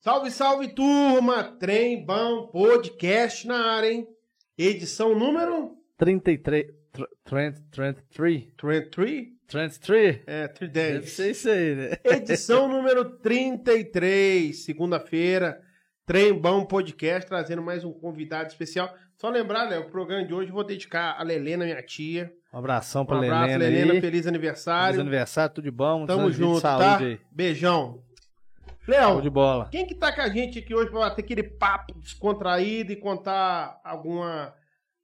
Salve, salve, turma! Trem Bom Podcast na área, hein? Edição número 33. tr- 30, 33. 33? 33? É, Deve 310. ser isso aí, né? Edição número 33, segunda-feira. Trem Bom Podcast, trazendo mais um convidado especial. Só lembrar, né, o programa de hoje eu vou dedicar a Lelena, minha tia. Um abração Um pra abraço, Lelena. Lelena, aí. feliz Feliz aniversário. aniversário, tudo de bom. muitos Tamo anos de junto, tá? saúde aí. Beijão. Show Léo, de bola. Quem que tá com a gente aqui hoje pra bater aquele papo descontraído e contar alguma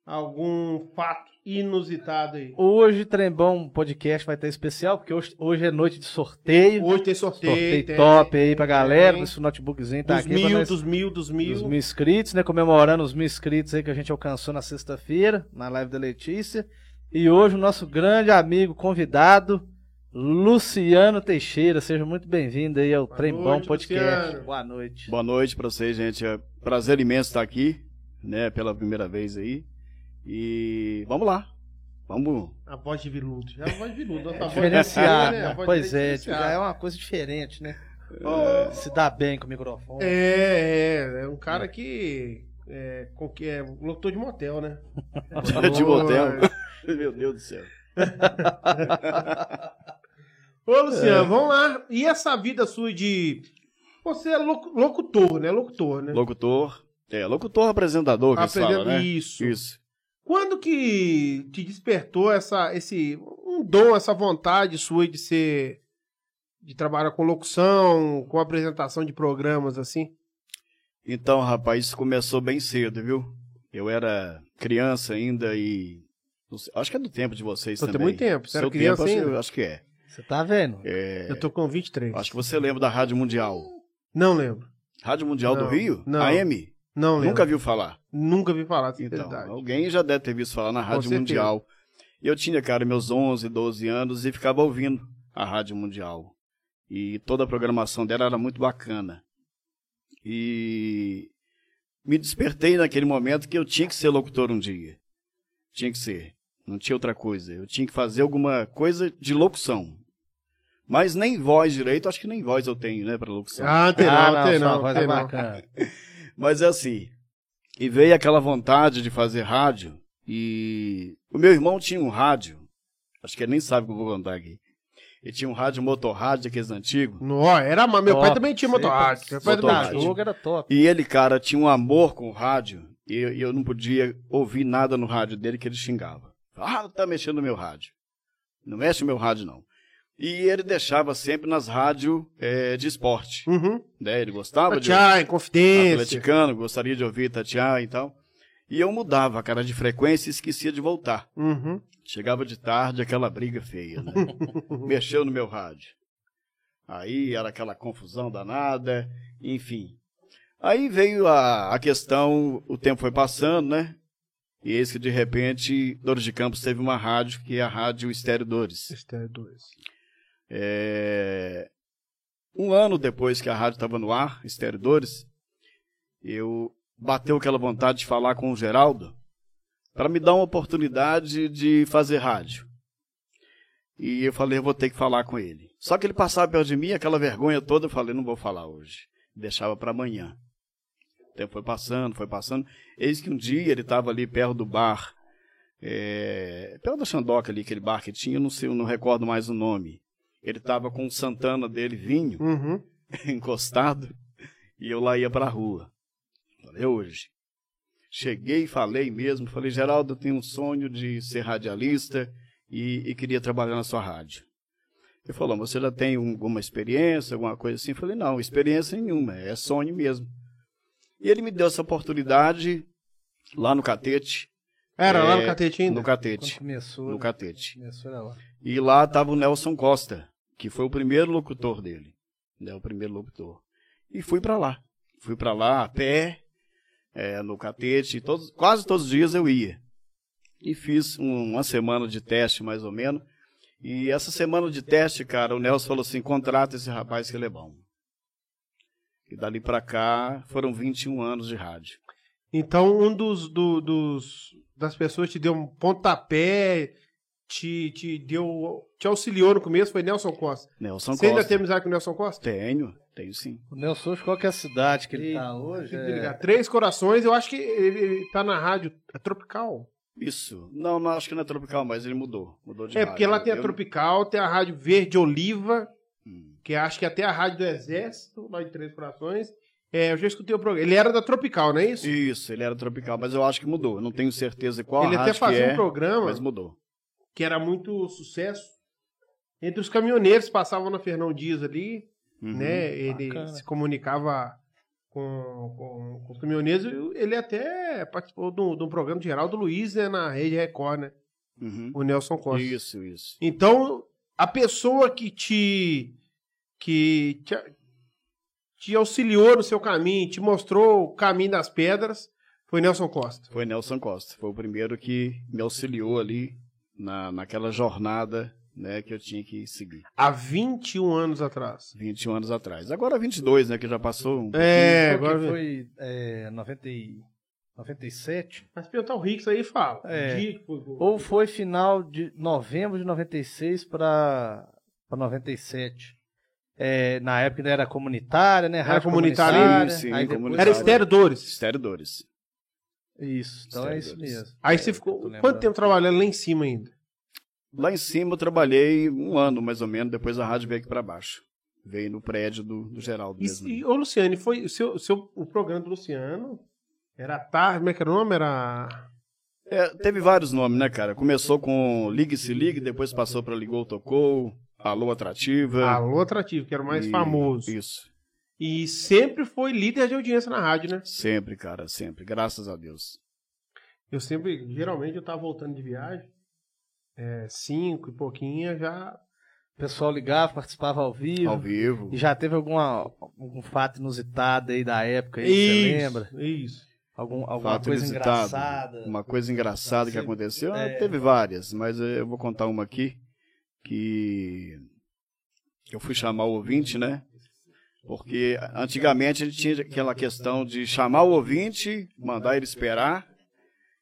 algum fato inusitado aí? Hoje, Trembão Podcast vai estar especial, porque hoje, hoje é noite de sorteio. Hoje tem sorteio, é sorteio tem, top aí pra galera. tem. Esse notebookzinho tá dos, aqui mil, pra nós- dos mil, dos mil, dos mil inscritos, né? Comemorando os mil inscritos aí que a gente alcançou na sexta-feira, na live da Letícia. E hoje o nosso grande amigo convidado, Luciano Teixeira. Seja muito bem-vindo aí ao Boa Trembão noite, Podcast. Luciano. Boa noite. Boa noite pra vocês, gente. É prazer imenso estar aqui, né, pela primeira vez aí. E vamos lá. Vamos. A voz de viludo. É a voz de viludo. nossa voz de Diferenciado, viludo, né? A né? voz Pois bem é, já diferenciada. é uma coisa diferente, né? Ô, Se dá bem com o microfone. É, é, é um cara que é, com que é locutor de motel, né? De motel. Meu Deus do céu. Ô, Luciano, É. vamos lá. E essa vida sua de você é locu- locutor, né? Locutor, né? Locutor. É, locutor apresentador que se fala, Aprendendo né? isso. Isso. Quando que te despertou essa, esse um dom, essa vontade sua de ser de trabalhar com locução, com apresentação de programas assim? Então, rapaz, isso começou bem cedo, viu? Eu era criança ainda e não sei, acho que é do tempo de vocês Só tem também. muito tempo. Você Seu era criança tempo, acho- ainda? Acho que é. Você tá vendo? É, Eu tô com 23. Acho que você lembra da Rádio Mundial. Não lembro. Rádio Mundial Não, do Rio? não. AM? Não lembro. Nunca Nunca, viu falar? vi falar, de Então, verdade. alguém já deve ter visto falar na Rádio certeza. Mundial. Eu tinha, cara, meus 11, 12 anos e ficava ouvindo a Rádio Mundial. E toda a programação dela era muito bacana. E me despertei naquele momento que eu tinha que ser locutor um dia. Tinha que ser. Não tinha outra coisa. Eu tinha que fazer alguma coisa de locução. Mas nem voz direito, acho que nem voz eu tenho, né, para locução. Ah, tem Ah, não, tem sua não, voz tem é não. bacana. Mas é assim. E veio aquela vontade de fazer rádio. E o meu irmão tinha um rádio. Acho que ele nem sabe o que eu vou contar aqui. Ele tinha um rádio motorrádio, aqueles antigos. Não, ó, era, mas meu pai Top, também tinha sei, motorrádio. Meu pai também Tá, motorrádio. tinha. jogo era top. E ele, cara, tinha um amor com o rádio. E eu, e eu não podia ouvir nada no rádio dele que ele xingava. Ah, tá mexendo no meu rádio. Não mexe no meu rádio, não. E ele deixava sempre nas rádios eh, de esporte. Uhum. Né? Ele gostava de Tchau, em confidência. atleticano, gostaria de ouvir Tatiá e tal. E eu mudava, cara, de frequência e esquecia de voltar. Uhum. Chegava de tarde, aquela briga feia, né? Mexeu no meu rádio. Aí era aquela confusão danada, enfim. Aí veio a, a questão, o tempo foi passando, né? E esse que de repente, Dores de Campos teve uma rádio, que é a Rádio Estéreo Dores. Esse é dois. É, Um ano depois que a rádio estava no ar, Exteriores, eu bateu aquela vontade de falar com o Geraldo para me dar uma oportunidade de fazer rádio. E eu falei, eu vou ter que falar com ele. Só que ele passava perto de mim, aquela vergonha toda, eu falei, não vou falar hoje. Deixava para amanhã. O tempo foi passando, foi passando. Eis que um dia ele estava ali perto do bar, é, perto da Xandoca ali, aquele bar que tinha, eu não sei, eu não recordo mais o nome. Ele tava com o Santana dele, vinho, Uhum. encostado, e eu lá ia pra rua. Falei, "É hoje. Cheguei, falei mesmo, falei, Geraldo, eu tenho um sonho de ser radialista e, e queria trabalhar na sua rádio. Ele falou, "Mas você já tem um, alguma experiência, alguma coisa assim? Eu falei, não, experiência nenhuma, é sonho mesmo. E ele me deu essa oportunidade lá no Catete, Era lá no É, catete ainda? no Catete, Quando começou, no né? Catete. começou era lá. E lá estava o Nelson Costa, que foi o primeiro locutor dele, né, o primeiro locutor. E fui para lá. Fui para lá a pé, eh, no catete, todos- quase todos os dias eu ia. E fiz um- uma semana de teste, mais ou menos. E essa semana de teste, cara, o Nelson falou assim: contrata esse rapaz que ele é bom. E dali para cá foram 21 anos de rádio. Então, um dos, do- dos- das pessoas te deu um pontapé, te, te deu, te auxiliou no começo foi Nelson Costa. Nelson Você ainda Costa. tem amizade com o Nelson Costa? Tenho, Tenho sim. O Nelson, Souza, qual que é a cidade que ele Eita, tá hoje? Tem É- que ligar. Três Corações, eu acho que ele, ele tá na rádio é Tropical. Isso. Não, não, acho que não é tropical, mas ele mudou. Mudou de é, porque rádio. lá tem a Eu- Tropical, tem a rádio Verde Oliva, Hum. que acho que até a rádio do Exército, lá de Três Corações. É, eu já escutei o programa. Ele era da Tropical, não é isso? Isso, ele era tropical, mas eu acho que mudou. Eu não tenho certeza qual ele a até rádio que fazia um é, programa mas mudou. que era muito sucesso. Entre os caminhoneiros passavam na Fernão Dias ali, Uhum. né? Ele bacana. se comunicava com, com, com os caminhoneiros. e Ele até participou de um, de um programa de Geraldo Luiz né, na Rede Record, né? Uhum. O Nelson Costa. Isso, isso. Então, a pessoa que te. que te, te auxiliou no seu caminho, te mostrou o caminho das pedras, foi Nelson Costa. Foi Nelson Costa. Foi o primeiro que me auxiliou ali na, naquela jornada né, que eu tinha que seguir. Há 21 anos atrás. 21 anos atrás. Agora 22, né? Que já passou um. É, Qual que agora. Foi é, 90 e- 97? Mas se perguntar o Ricks aí, fala. É. Dico, Ou foi final de novembro de 96 para 97. É, na época ainda era comunitária, né? Rádio comunitária, sim, aí sim, depois- Era comunitária. Estéreo Dores. Estéreo Dores. Isso, então é isso Estéreo dois. mesmo. Aí você É, eu tô ficou lembrando. quanto tempo trabalhando lá em cima ainda? Lá em cima eu trabalhei um ano, mais ou menos, depois a rádio veio aqui pra baixo. Veio no prédio do, do Geraldo E, mesmo. e ô Luciane, foi o seu, o seu- o programa do Luciano era à tarde, como é que era o nome? Era É, teve vários nomes, né, cara? Começou com Ligue-se Ligue, depois passou pra Ligou Tocou, Alô Atrativa. Alô Atrativo, que era o mais É. e- famoso. Isso. E sempre foi líder de audiência na rádio, né? Sempre, cara, sempre. Graças a Deus. Eu sempre, geralmente eu tava voltando de viagem, é, cinco e pouquinha já. O pessoal ligava, participava ao vivo. Ao vivo. E já teve alguma, algum fato inusitado aí da época aí, você lembra? Isso. Algum, alguma Fato coisa inusitado. engraçada. Uma coisa engraçada que Sim. aconteceu. É. Teve várias, mas eu vou contar uma aqui que eu fui chamar o ouvinte, né? Porque antigamente ele tinha aquela questão de chamar o ouvinte, mandar ele esperar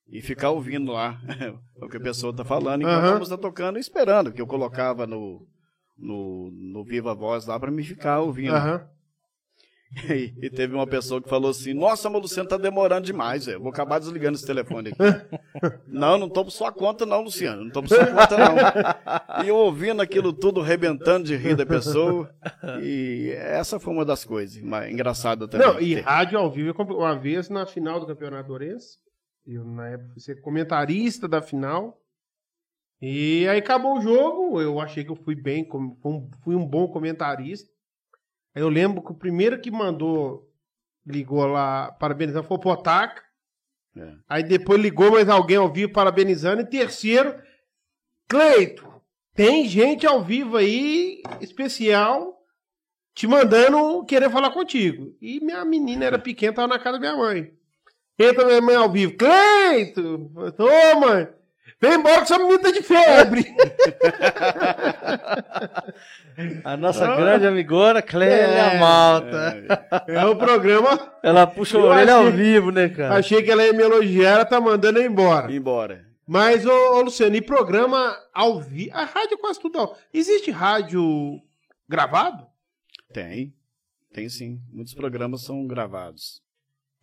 e ficar ouvindo lá É o que a pessoa está falando enquanto Aham. a música tá tocando e esperando, que eu colocava no, no, no Viva Voz lá para me ficar ouvindo. Aham. E, e teve uma pessoa que falou assim: Nossa, mas o Luciano tá demorando demais, velho. Vou acabar desligando esse telefone aqui. não, não tô por sua conta, não, Luciano. Não tô por sua conta, não. E eu ouvindo aquilo tudo, rebentando de rir da pessoa. E essa foi uma das coisas mas engraçada também. Não, e rádio ao vivo, eu compre- uma vez na final do Campeonato Ourense, eu na época fui ser comentarista da final. E aí acabou o jogo, eu achei que eu fui bem, como- fui um- fui um bom comentarista. Aí eu lembro que o primeiro que mandou, ligou lá, parabenizar, foi o Potaca. É. Aí depois ligou mais alguém ao vivo parabenizando. E terceiro, Cleito, tem gente ao vivo aí, especial, te mandando querer falar contigo. E minha menina era pequena, tava na casa da minha mãe. Entra minha mãe ao vivo, Cleito, ô mãe, vem embora que sua menina tá de febre. A nossa grande amigona, Clélia Malta. É o programa, Ela puxa a Eu orelha ao achei- vivo, né, cara? achei que ela ia me elogiar, ela tá mandando eu ir embora. E embora. Mas, ô, ô, Luciano, e programa ao vivo? A rádio é quase tudo ao Existe rádio gravado? Tem. Tem sim. Muitos programas são gravados.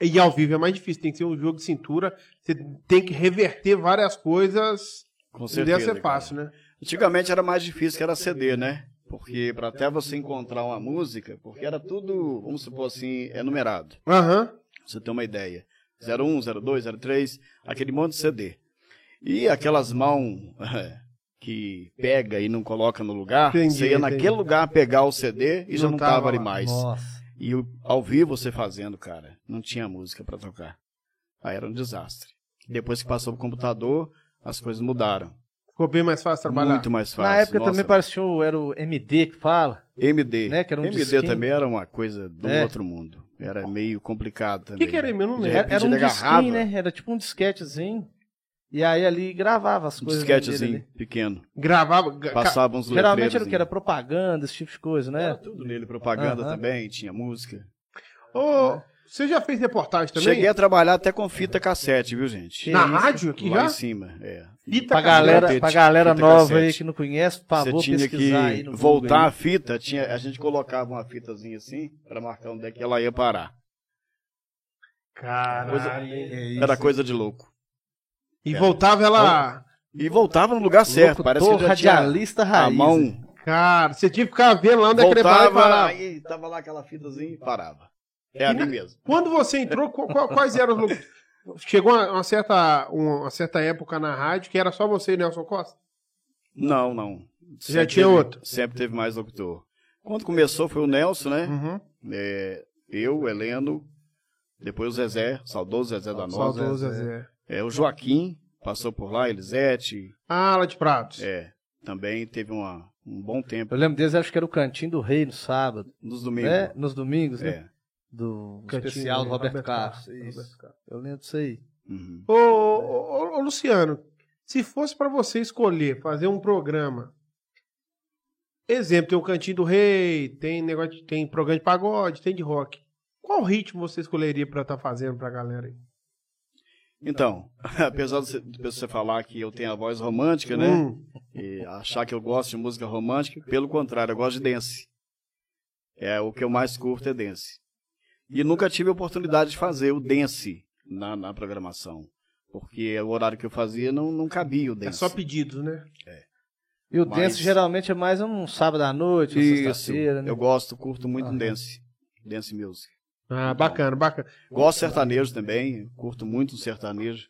E ao vivo é mais difícil, tem que ser um jogo de cintura, você tem que reverter várias coisas, Com não certeza. deve ser fácil, né? Antigamente era mais difícil que era CD, né? Porque para até você encontrar uma música, porque era tudo, vamos supor assim, é numerado. Aham. Pra você ter uma ideia. É. 01, 02, 03, aquele monte de CD. E aquelas mãos que pega e não coloca no lugar, Entendi, você ia entendi. naquele lugar pegar o CD e já Não não tava tava ali lá. mais. Nossa. E o- ao vivo você fazendo, cara, não tinha música pra tocar. Aí era um desastre. Depois que passou pro computador, as coisas mudaram. Ficou bem mais fácil trabalhar. Muito mais fácil. Na época Nossa, também parecia o, era o MD que fala. MD. né, que era um MD disquinho. também era uma coisa do É. outro mundo. Era meio complicado O também. né? que, que era mesmo? Eu não De lembro. Era, repente era um ele agarrava. disquinho, né? Era tipo um disquetezinho. E aí ali gravava as Um coisas. dele disquetezinho ali. pequeno. Gravava. ga- ca- Passava uns Geralmente era letreiros o que? Era propaganda, esse tipo de coisa, em- Era né? tudo nele, propaganda Aham. também, tinha música. Ô, Você já fez reportagem também? Cheguei a trabalhar até com fita cassete, viu, gente? Na isso, rádio aqui Lá já? em cima, é. Fita Pra cassete. galera, pra galera Fita nova aí cassete. que não conhece, por Você favor, tinha pesquisar aí que no Google voltar aí. a fita, tinha, a gente colocava uma fitazinha assim, para marcar onde é que ela ia parar. Caralho. Coisa- é isso. Era coisa de louco. E voltava ela. E voltava no lugar certo, parece que Locutor, já tinha radialista a raiz. hein? mão, Cara, você tinha que ficar vendo lá onde é que ele parava e voltava, parava. aí tava lá aquela fitazinha e parava. É E ali na- mesmo. Quando você entrou, qu- qu- quais eram os lugares? Chegou uma, uma certa, um, uma certa época na rádio que era só você e Nelson Costa? Não, não. Já tinha teve- outro? Sempre teve mais locutor. Quando começou foi o Nelson, né? Uhum. É, eu, Heleno, depois o Zezé, saudoso Zezé da Nova. Saudoso, Zé. É, o Joaquim passou por lá, Elisete. Ah, lá de Pratos. É, também teve uma, um bom tempo Eu lembro deles, acho que era o Cantinho do Rei no sábado, nos domingos. né? Nos domingos, né? É. Do Cantinho especial do Rei, do Roberto Roberto Carlos. Carlos, Isso. Roberto Eu lembro disso aí. uhum. Ô, ô, ô, ô, Luciano, se fosse pra você escolher fazer um programa, exemplo, tem o Cantinho do Rei, tem negócio, de- tem programa de pagode, tem de rock. Qual ritmo você escolheria pra estar fazendo pra galera aí? Então, apesar de você- de você falar que eu tenho a voz romântica, né? Hum, e achar que eu gosto de música romântica. Pelo contrário, eu gosto de dance. É o que eu mais curto é dance. E nunca tive a oportunidade de fazer o dance na, na programação. Porque o horário que eu fazia não, não cabia o é dance. só pedidos, né? E o Mas- dance geralmente é mais um sábado à noite, uma Isso. sexta-feira, né? tá Ah, é. assim. Eu gosto, curto muito Aham. dance. Dance music. Ah, bacana, bacana. Gosto de sertanejo também. Curto muito sertanejo.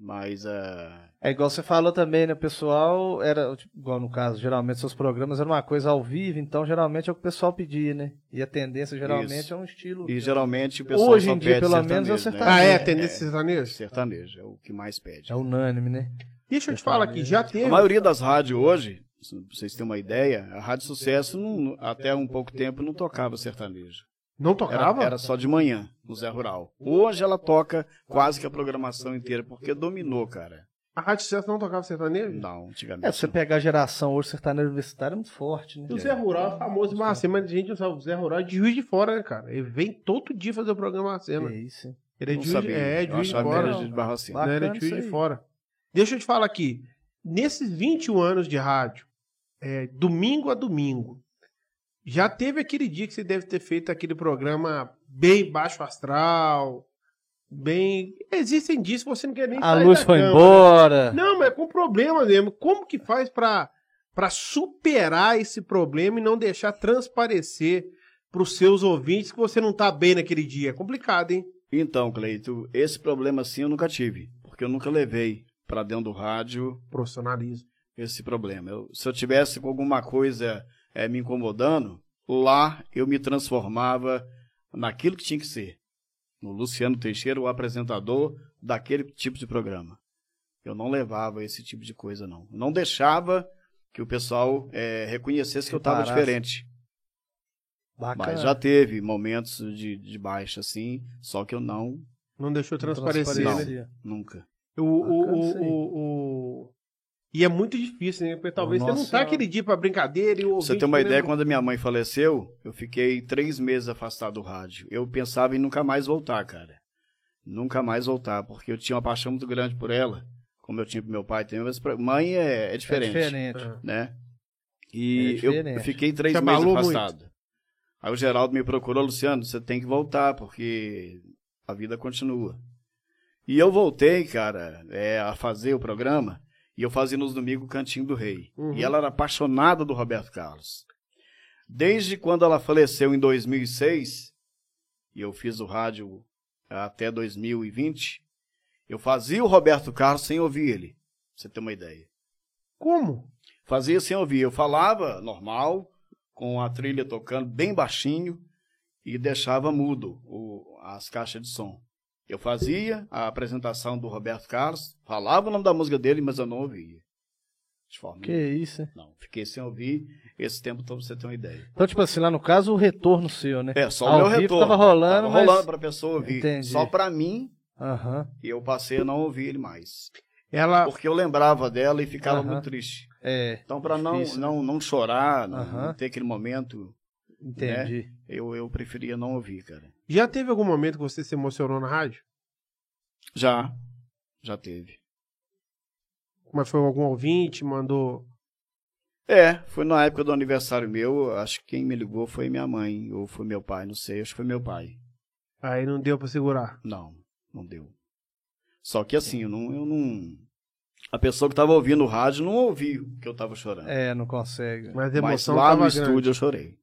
Mas ah, É igual você falou também, né? O pessoal era, tipo, igual no caso, geralmente seus programas eram uma coisa ao vivo, então geralmente é o que o pessoal pedia, né? E a tendência geralmente Isso. é um estilo. E geralmente o pessoal Hoje só em dia, pede pelo menos, é o sertanejo, né? Ah, sertanejo. é, tem nesse sertanejo? Sertanejo é o que mais pede. É unânime, né? Deixa eu te falar aqui, já teve. A maioria das rádios hoje, se vocês terem uma ideia, a Rádio Sucesso não- não- até um pouco tempo não tocava sertanejo. Não Era, tocava? era só de manhã, no Zé Rural. Hoje ela toca quase que a programação inteira, porque dominou, cara. A Rádio Sucesso não tocava sertanejo? Não, antigamente. É, se você não. pegar a geração hoje, sertanejo universitário é muito forte, né? O Zé Rural é famoso em Macena, mas gente não sabe. O Zé Rural é de Juiz de Fora, né, cara? Ele vem todo dia fazer o programa em Macena. É isso. Ele é Não de Juiz, sabia. é, de Eu Juiz de achava que Fora. era não. de Barracina. Lá- Né, ele é Bacana de Juiz isso de aí. Fora. Deixa eu te falar aqui. Nesses 21 anos de rádio, é, domingo a domingo, já teve aquele dia que você deve ter feito aquele programa bem baixo astral, bem... Existem dias que você não quer nem A sair luz da foi cama. embora. Não, mas é com problema mesmo. Como que faz pra pra superar esse problema e não deixar transparecer pros seus ouvintes que você não tá bem naquele dia? É complicado, hein? Então, Cleito, esse problema sim eu nunca tive, porque eu nunca levei pra dentro do rádio Profissionalismo. esse problema. Eu- se eu tivesse com alguma coisa eh, me incomodando, lá eu me transformava naquilo que tinha que ser. No Luciano Teixeira, o apresentador daquele tipo de programa. Eu não levava esse tipo de coisa, não. Não deixava que o pessoal eh, reconhecesse que eu estava Reparasse. diferente. Bacana. Mas já teve momentos de, de baixa, assim, só que eu não, Não deixou transparecer, né? transparecia. Transparecia. nunca. O, o- Bacana o- isso aí. o- o- E é muito difícil, né? Porque talvez você não Nossa tá Senhora. aquele dia pra brincadeira e o Pra você ouvinte ter uma também ideia, não- quando a minha mãe faleceu, eu fiquei três meses afastado do rádio. Eu pensava em nunca mais voltar, cara. Nunca mais voltar, porque eu tinha uma paixão muito grande por ela, como eu tinha pro meu pai também, mas pra mãe é, é É diferente, diferente. Ah. né? E É diferente. eu- eu fiquei três Você meses abalou afastado. Aí o Geraldo me procurou, Luciano, você tem que voltar, porque a vida continua. E eu voltei, cara, é, a fazer o programa, e eu fazia nos domingos o Cantinho do Rei. Uhum. E ela era apaixonada do Roberto Carlos. Desde quando ela faleceu em 2006, e eu fiz o rádio até 2020, eu fazia o Roberto Carlos sem ouvir ele. Pra você ter uma ideia. Como? Fazia sem ouvir. Eu falava normal, com a trilha tocando bem baixinho e deixava mudo o- as caixas de som. Eu fazia a apresentação do Roberto Carlos, falava o nome da música dele, mas eu não ouvia. De forma Que isso, hein? não. Fiquei sem ouvir esse tempo todo, pra você ter uma ideia. Então, tipo assim, lá no caso, o retorno seu, né? É, só Ao o meu vivo retorno. tava rolando, Tava mas- rolando pra pessoa ouvir. Entendi. Só pra mim, Aham. e eu passei a não ouvir ele mais. Ela. Porque eu lembrava dela e ficava Aham. muito triste. É. Então, para não, Difícil, né? não, não chorar, não- Aham. não ter aquele momento Né? Entendi. Eu, eu preferia não ouvir, cara. Já teve algum momento que você se emocionou na rádio? Já, já teve. Mas foi algum ouvinte, mandou. É, foi na época do aniversário meu, acho que quem me ligou foi minha mãe, ou foi meu pai, não sei, acho que foi meu pai. Aí não deu pra segurar. Não, não deu. Só que assim, eu não. Eu não... A pessoa que tava ouvindo o rádio não ouviu que eu tava chorando. É, não consegue. Mas a Mas emoção lá tava no grande. estúdio eu chorei.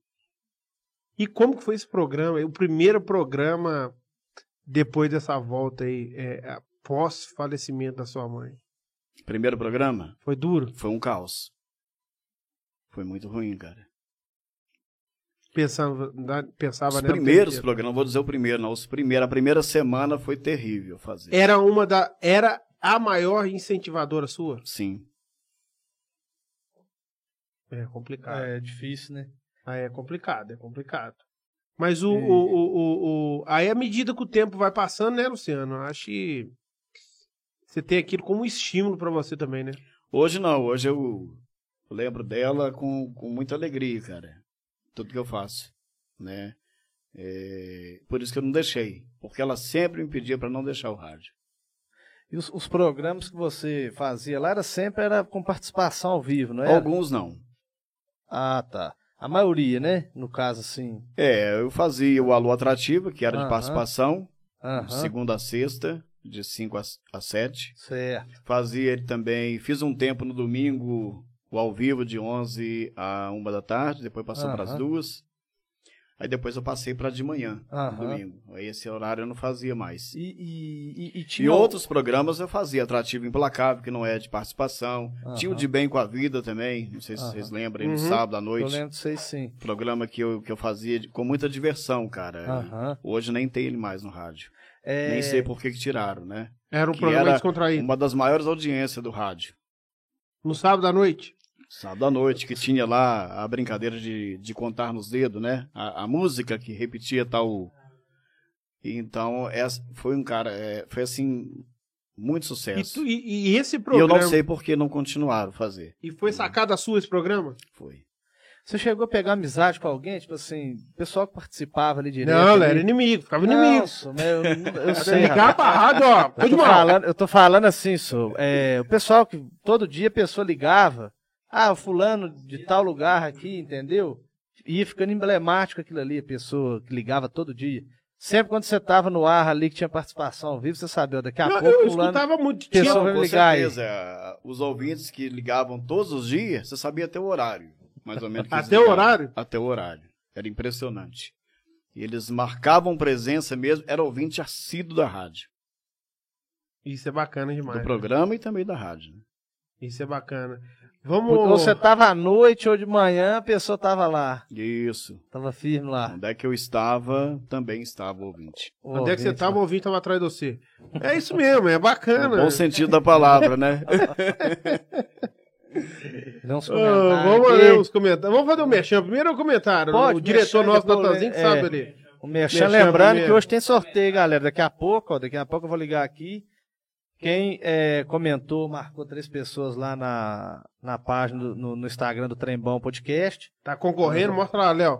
E como que foi esse programa? O primeiro programa depois dessa volta aí, é, após falecimento da sua mãe. Primeiro programa? Foi duro? Foi um caos. Foi muito ruim, cara. Pensava, na- pensava Os nela o tempo primeiros inteiro. programas, não vou dizer o primeiro, não. Os primeiros, a primeira semana foi terrível fazer. Era uma da. Era a maior incentivadora sua? Sim. É complicado. É difícil, né? Aí é complicado, é complicado. Mas o, É. o, o, o, o- Aí, à medida que o tempo vai passando, né, Luciano? Acho que você tem aquilo como estímulo pra você também, né? Hoje não, hoje eu lembro dela com, com muita alegria, cara. Tudo que eu faço, né? É, por isso que eu não deixei. Porque ela sempre me pedia pra não deixar o rádio. E os, os programas que você fazia lá era sempre era com participação ao vivo, não é? Alguns não. Ah, tá. A maioria, né? No caso, assim. É, eu fazia o Alô Atrativo, que era de Aham. participação, Aham. de segunda a sexta, de 5 a 7. Certo. Fazia ele também, fiz um tempo no domingo, o ao vivo de 11 a 1 da tarde, depois passou para as Aham. duas. Aí depois eu passei para de manhã, no Aham. domingo. Aí esse horário eu não fazia mais. E, E, e, e, e tinha. outros programas eu fazia, Atrativo Implacável, que não é de participação. Aham. Tinha o De Bem com a Vida também, não sei se Aham. vocês lembram, aí no Uhum. sábado à Eu noite. lembro de vocês sim. Programa que eu, que eu fazia de- com muita diversão, cara. Aham. Hoje nem tem ele mais no rádio. É, É. Nem sei por que que tiraram, né? Era um Que programa era descontraído. Uma das maiores audiências do rádio. No sábado à noite? Sábado à noite, que tinha lá a brincadeira de, de contar nos dedos, né? A, a música que repetia tal. Então, essa foi um cara. é, foi assim, muito E, sucesso. tu- e- e esse E eu programa. não sei por que não continuaram a fazer. E foi sacada sua esse programa? Foi. Você chegou a pegar amizade com alguém? Tipo assim, pessoal que participava ali direto. não, ali? ela era inimigo, ficava inimigo. Nossa, mas eu, eu Era sei. rapaz. ligar pra rádio, ó. Tô Eu de tô, mal. falando, eu tô falando assim, sou. É, o pessoal que todo dia a pessoa ligava. Ah, o fulano de tal lugar aqui, entendeu? E ia ficando emblemático aquilo ali, a pessoa que ligava todo dia. Sempre quando você tava no ar ali, que tinha participação ao vivo, você sabia, daqui a Eu, pouco eu fulano. escutava muito. Pessoal Tinha- vai com me ligar aí. certeza. a- Os ouvintes que ligavam todos os dias, você sabia até o horário. Mais ou menos. que eles Até o ligavam. horário? Até o horário. Era impressionante. E eles marcavam presença mesmo, era ouvinte assíduo da rádio. Isso é bacana demais. Do programa e também da rádio. né? Isso é bacana. Vamos. Ou você tava à noite ou de manhã, a pessoa tava lá. Isso. Tava firme lá. Onde é que eu estava, também estava ouvinte. Onde é que você Ouvinte, tava ouvindo, tava atrás de você. É isso mesmo, é No bacana. bom sentido da palavra, né? Dê uns Ô, comentários Ah, vamos aqui. ler os comentários. Vamos fazer o um merchan. Primeiro é o comentário. Pode, o diretor merchan, nosso, depois, Natanzinho, que é. sabe ali. O Merchan, Merchan é lembrando primeiro. que hoje tem sorteio, galera. Daqui a pouco, ó, daqui a pouco eu vou ligar aqui. Quem é, comentou, marcou três pessoas lá na, na página, do- no, no Instagram do Trembão Podcast. Tá concorrendo, Uhum. mostra lá, Léo.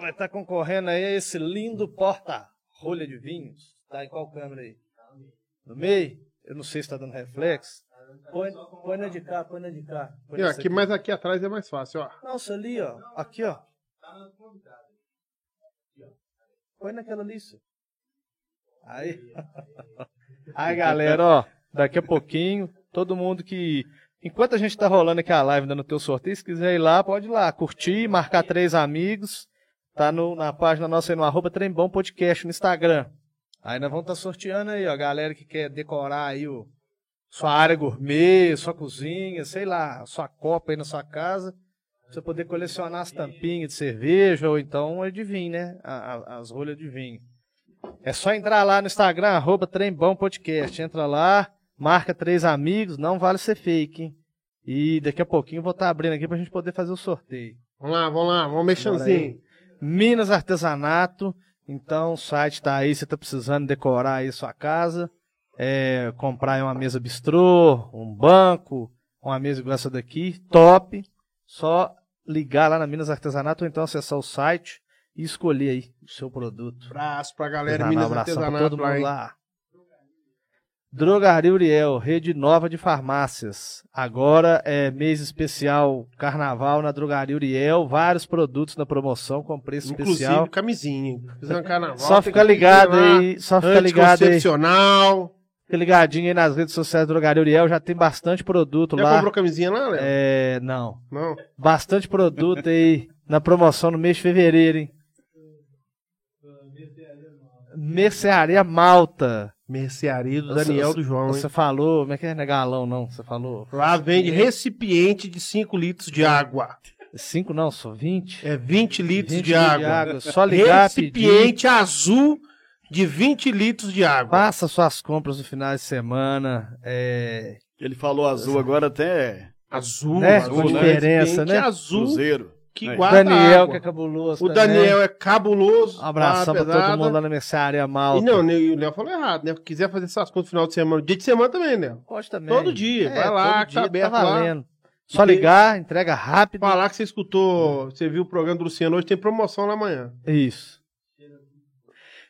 Vai estar concorrendo aí a esse lindo porta-rolha de vinhos. Tá em qual câmera aí? No meio? Eu não sei se tá dando reflexo. Põe, põe na de cá, põe na de cá. Põe E, ó, nessa aqui, mas aqui atrás é mais fácil, ó. Nossa, ali, ó. Aqui, ó. Põe naquela ali, senhor. Aí. Aí, galera, ó. Daqui a pouquinho, todo mundo que. Enquanto a gente tá rolando aqui a live dando o teu sorteio, se quiser ir lá, pode ir lá, curtir, marcar três amigos. Tá no, na página nossa aí no arroba Trembão Podcast no Instagram. Aí nós vamos estar sorteando aí, ó. a Galera que quer decorar aí o, sua área gourmet, sua cozinha, sei lá, sua copa aí na sua casa. Pra você poder colecionar as tampinhas de cerveja ou então é de vinho, né? A- a- as rolhas de vinho. É só entrar lá no Instagram, arroba Trembão Podcast. Entra lá, marca três amigos, não vale ser fake, hein? E daqui a pouquinho eu vou estar abrindo aqui pra gente poder fazer o sorteio. Vamos lá, vamos lá, vamos mexanzinho. Minas Artesanato. Então, o site tá aí, você tá precisando decorar aí sua casa, é, comprar aí uma mesa bistrô, um banco, uma mesa igual essa daqui, top. Só ligar lá na Minas Artesanato ou então acessar o site e escolher aí o seu produto. Abraço pra galera Artesanal, Minas um abração pra Artesanato todo lá, mundo hein? lá. Drogaria Uriel, rede nova de farmácias. Agora é mês especial Carnaval na Drogaria Uriel, vários produtos na promoção com preço especial. Inclusive, camisinha. Fazendo carnaval. Só tem fica camisinha ligado lá, aí, só fica ligado aí. Anticoncepcional. Fica ligadinho aí nas redes sociais da Drogaria Uriel, já tem bastante produto Já lá. comprou camisinha lá, Léo? É, não. Não. Bastante produto aí na promoção no mês de fevereiro, hein? Mercearia Malta. Mercearia do Nossa, Daniel nossa, do João, hein? Você falou, como é que é? Não é galão, não. Você falou. Lá vende recipiente de 5 litros de água. Cinco não, só 20. É 20 litros 20 de água. Só ligar, pedir. recipiente azul de 20 litros de água. Faça suas compras no final de semana. É, Ele falou azul agora até Azul, Né? azul, Com diferença, Recipiente né? azul cruzeiro. que É. guarda Daniel, que é água. cabuloso. O também. Daniel é cabuloso. Um abração barra pra todo pesada. mundo é lá na Mercearia Malta. E não, né, e o Léo falou errado, né? Quiser fazer essas coisas no final de semana, dia de semana também, né? Pode também. É, Todo dia, vai lá, todo que tá aberto lá. valendo. Só tem- ligar, entrega rápido. Falar que você escutou, você viu o programa do Luciano hoje, tem promoção lá amanhã. Isso.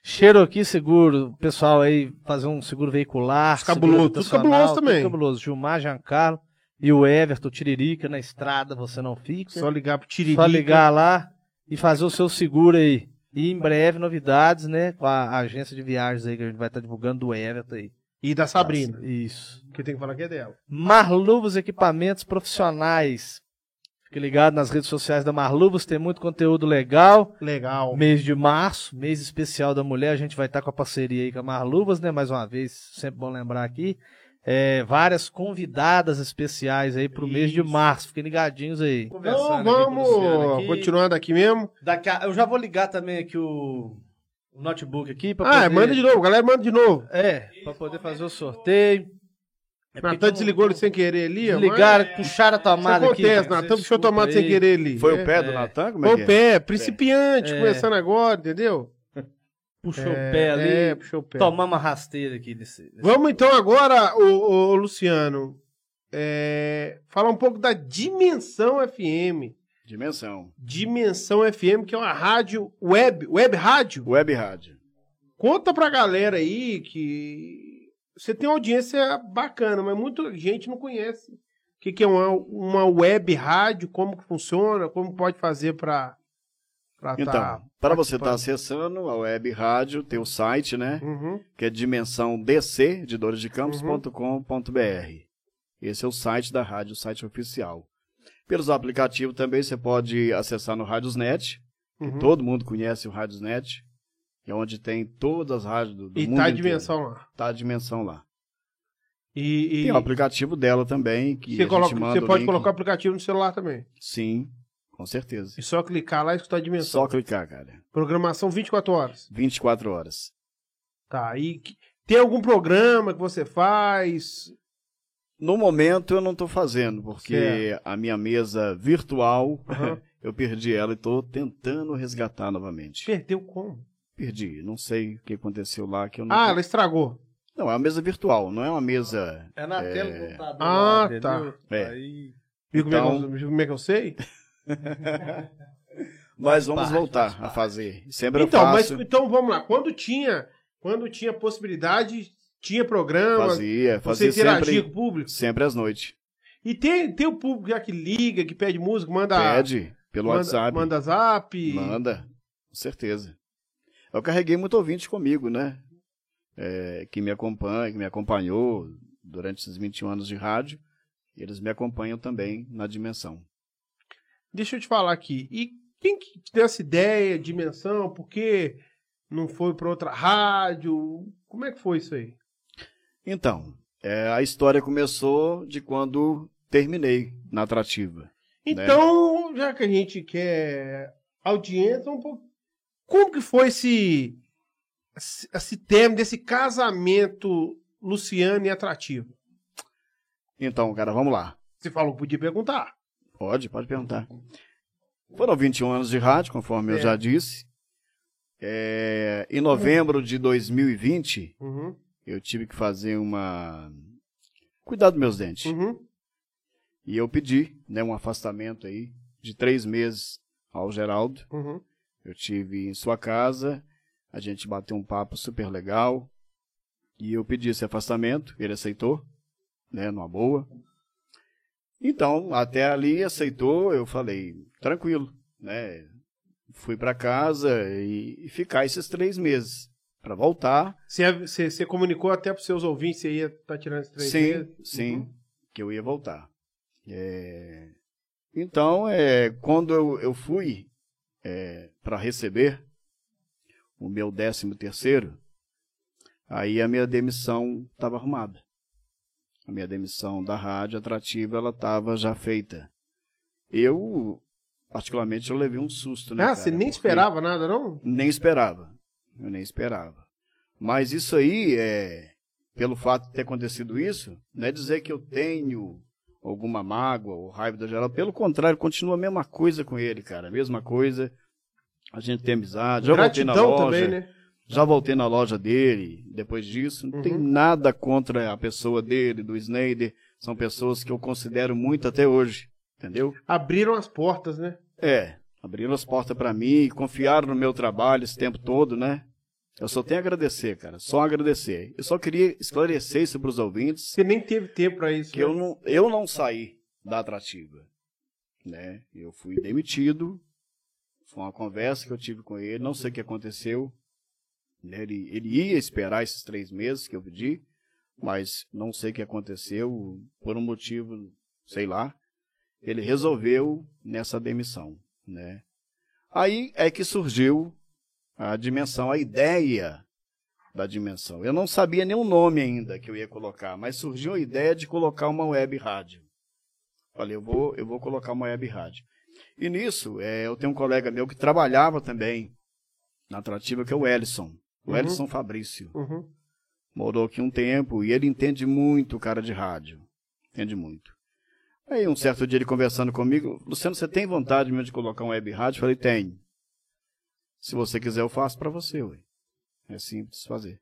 Cherokee Seguro, o pessoal aí fazer um seguro veicular. Os cabuloso, seguro tudo habitacional, cabuloso também. Tudo cabuloso. Gilmar, Giancarlo e o Everton, Tiririca, na estrada você não fica. Só Só, ligar pro Tiririca. ligar lá e fazer o seu seguro aí. E em breve novidades, né? Com a agência de viagens aí que a gente vai estar divulgando do Everton aí. E da Sabrina, Isso. que eu tenho que falar que é dela. Marluvos Equipamentos Profissionais. Fique ligado nas redes sociais da Marluvos, tem muito conteúdo legal. Legal. Mês de março, mês especial da mulher, a gente vai estar com a parceria aí com a Marluvas, né? Mais uma vez, sempre bom lembrar aqui. É, várias convidadas especiais aí pro mês de Isso. março. Fiquem ligadinhos aí. Então vamos continuando aqui mesmo. Daqui a- eu já vou ligar também aqui o, o notebook aqui pra Ah, poder- manda de novo, galera, manda de novo. É, pra poder fazer o sorteio. É porque um Natan tão- desligou ele sem querer ali, ó. Ligaram, puxaram a mas- tomada Isso acontece, aqui. Natan cara. Você puxou a escuta tomada sem aí. querer ali. Foi É. o pé do É. Natan? Como é Foi que o é? pé, principiante, É. começando agora, entendeu? Puxou o pé ali. É, puxou o pé. Tomamos a rasteira aqui nesse. nesse- Vamos então agora, ô, ô, Luciano, é, falar um pouco da Dimensão FM. Dimensão. Dimensão FM, que é uma rádio web, web rádio. Web Rádio. Conta pra galera aí que você tem uma audiência bacana, mas muita gente não conhece o que, que é uma, uma web rádio, como que funciona, como pode fazer pra, pra Então, tá... para você estar participando. acessando a Web Rádio, tem o site, né? Uhum. Que é dimensão DC, de Dores de Campos.com.br. Esse é o site da rádio, o site oficial. Pelos aplicativos também você pode acessar no Radiosnet. uhum. Todo mundo conhece o Radiosnet, que é onde tem todas as rádios do, do E mundo tá a inteiro. dimensão lá. Tá a dimensão lá. E, e Tem o aplicativo dela também, que a você, gente coloca- manda você o pode link. colocar o aplicativo no celular também. Sim, com certeza. E só clicar lá e escutar a dimensão. Só clicar, cara. Programação 24 horas. 24 horas. Tá, e que- tem algum programa que você faz? No momento eu não tô fazendo, porque Certo. a minha mesa virtual, Aham. eu perdi ela e tô tentando resgatar novamente. Perdeu como? Perdi, não sei o que aconteceu lá que eu não Ah, tô- ela estragou. Não, é uma mesa virtual, não é uma mesa. É na tela do É. computador. Ah, lá, entendeu? tá. É. Aí- Viu como é que eu- Então- viu como é que eu sei? Mas vamos parte, voltar faz a parte. fazer. Sempre então, eu faço. mas então vamos lá. Quando tinha, quando tinha possibilidade, tinha programa, Fazia, você fazia interagia sempre, com o público. sempre às noites. E tem, tem o público já que liga, que pede música, manda Pede pelo Tá. manda, WhatsApp. manda zap. Manda, com certeza. Eu carreguei muito ouvinte comigo, né? É, que me acompanha, que me acompanhou durante esses 21 anos de rádio. E eles me acompanham também na dimensão. Deixa eu te falar aqui. E quem que tem essa ideia, dimensão, por que não foi para outra rádio? Como é que foi isso aí? Então, é, a história começou de quando terminei na atrativa. Então, já que a gente quer audiência, um pouco. Como que foi esse, esse, esse termo desse casamento Luciano e atrativo? Então, cara, vamos lá. Você falou que podia perguntar. Pode, pode perguntar. Foram 21 anos de rádio, conforme eu É. já disse. É, em novembro de 2020, Uhum, eu tive que fazer uma. Cuidar dos meus dentes. uhum. E eu pedi, né, um afastamento aí de três meses ao Geraldo. Uhum. Eu tive em sua casa, a gente bateu um papo super legal. E eu pedi esse afastamento, ele aceitou, né, numa boa. Então, até ali aceitou, eu falei, tranquilo, né? Fui para casa e, e ficar esses três meses para voltar. Você, é, você- você comunicou até pros seus ouvintes, você ia estar tirando esses três sim, meses? sim, Uhum. que eu ia voltar. É, Então, é, quando eu, eu fui para receber o meu décimo terceiro, aí a minha demissão estava arrumada. A minha demissão da rádio atrativa, ela estava já feita. Eu, particularmente, eu levei um susto, né? ah, cara? você nem Porque- esperava nada, não? nem esperava. Eu nem esperava. Mas isso aí, é, pelo fato de ter acontecido isso, não é dizer que eu tenho alguma mágoa ou raiva do geral. Pelo contrário, continua a mesma coisa com ele, cara. A mesma coisa. A gente tem amizade. Já voltei na Gratidão loja. também, né? Já voltei na loja dele depois disso. Não tem Uhum. nada contra a pessoa dele, do Snyder. São pessoas que eu considero muito até hoje. Entendeu? Abriram as portas, né? É, abriram as portas pra mim e confiaram no meu trabalho esse tempo todo, né? Eu só tenho a agradecer, cara, só agradecer. Eu só queria esclarecer isso pros ouvintes, Você nem teve tempo pra isso. que eu né? não, eu não saí da atrativa, né? Eu fui demitido, foi uma conversa que eu tive com ele, não sei o que aconteceu. né? Ele, ele ia esperar esses três meses que eu pedi, mas não sei o que aconteceu, por um motivo, sei lá, ele resolveu nessa demissão, né? Aí é que surgiu a dimensão, a ideia da dimensão. Eu não sabia nem o nome ainda que eu ia colocar, mas surgiu a ideia de colocar uma web rádio. Falei, eu vou, eu vou colocar uma web rádio. E nisso, eh, eu tenho um colega meu que trabalhava também na atrativa, que é o Ellison. O Uhum. Ellison Fabrício Uhum. morou aqui um tempo e ele entende muito o cara de rádio. Entende muito. Aí um certo dia ele conversando comigo, Luciano, você tem vontade mesmo de colocar um web rádio? Eu falei, tenho. Se você quiser, eu faço pra você, ué. É simples fazer.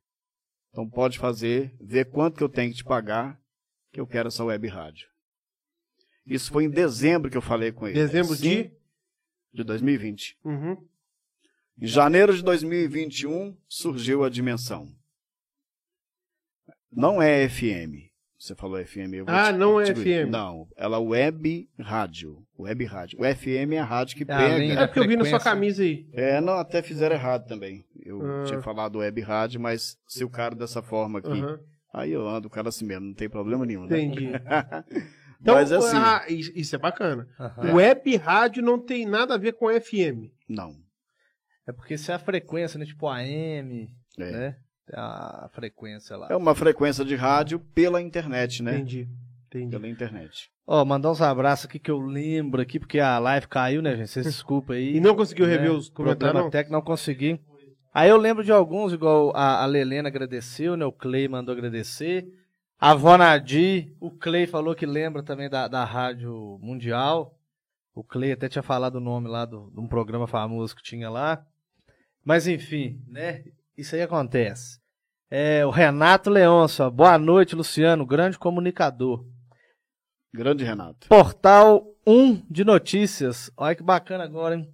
Então pode fazer, ver quanto que eu tenho que te pagar, que eu quero essa web rádio. Isso foi em dezembro que eu falei com ele. Dezembro Sim, de. de 2020. Uhum. Em janeiro de 2021 surgiu a dimensão. Não é FM. Você falou FM. Eu vou Ah, não é te- FM. Não, ela é web rádio. Web rádio. O FM é a rádio que Ah, pega. nem- É porque eu vi na sua Frequência. camisa aí. É, não, até fizeram errado também. Eu Ah. tinha falado web rádio, mas se o cara dessa forma aqui, Aham. aí eu ando o cara assim mesmo, não tem problema nenhum. Né? Uhum. Entendi. Então, mas assim, ah, isso isso é bacana. Aham. Web rádio não tem nada a ver com FM. não. É porque se é a frequência, né? Tipo AM, É. né? Tem A frequência lá. É uma frequência de rádio pela internet, né? Entendi. Entendi. Pela internet. Ó, mandar uns abraços aqui que eu lembro aqui, porque a live caiu, né, gente? Vocês desculpa aí. E não conseguiu né? rever os comentários, Problema não? técnico, não consegui. Aí eu lembro de alguns, igual a, a Lelena agradeceu, né? O Clay mandou agradecer. A Vonadi, o Clay falou que lembra também da, da Rádio Mundial. O Clay até tinha falado o nome lá do- de um programa famoso que tinha lá. Mas enfim, né? Isso aí acontece. É, o Renato Leonça, boa noite, Luciano, grande comunicador. Grande Renato. Portal 1 de notícias. Olha que bacana agora, hein?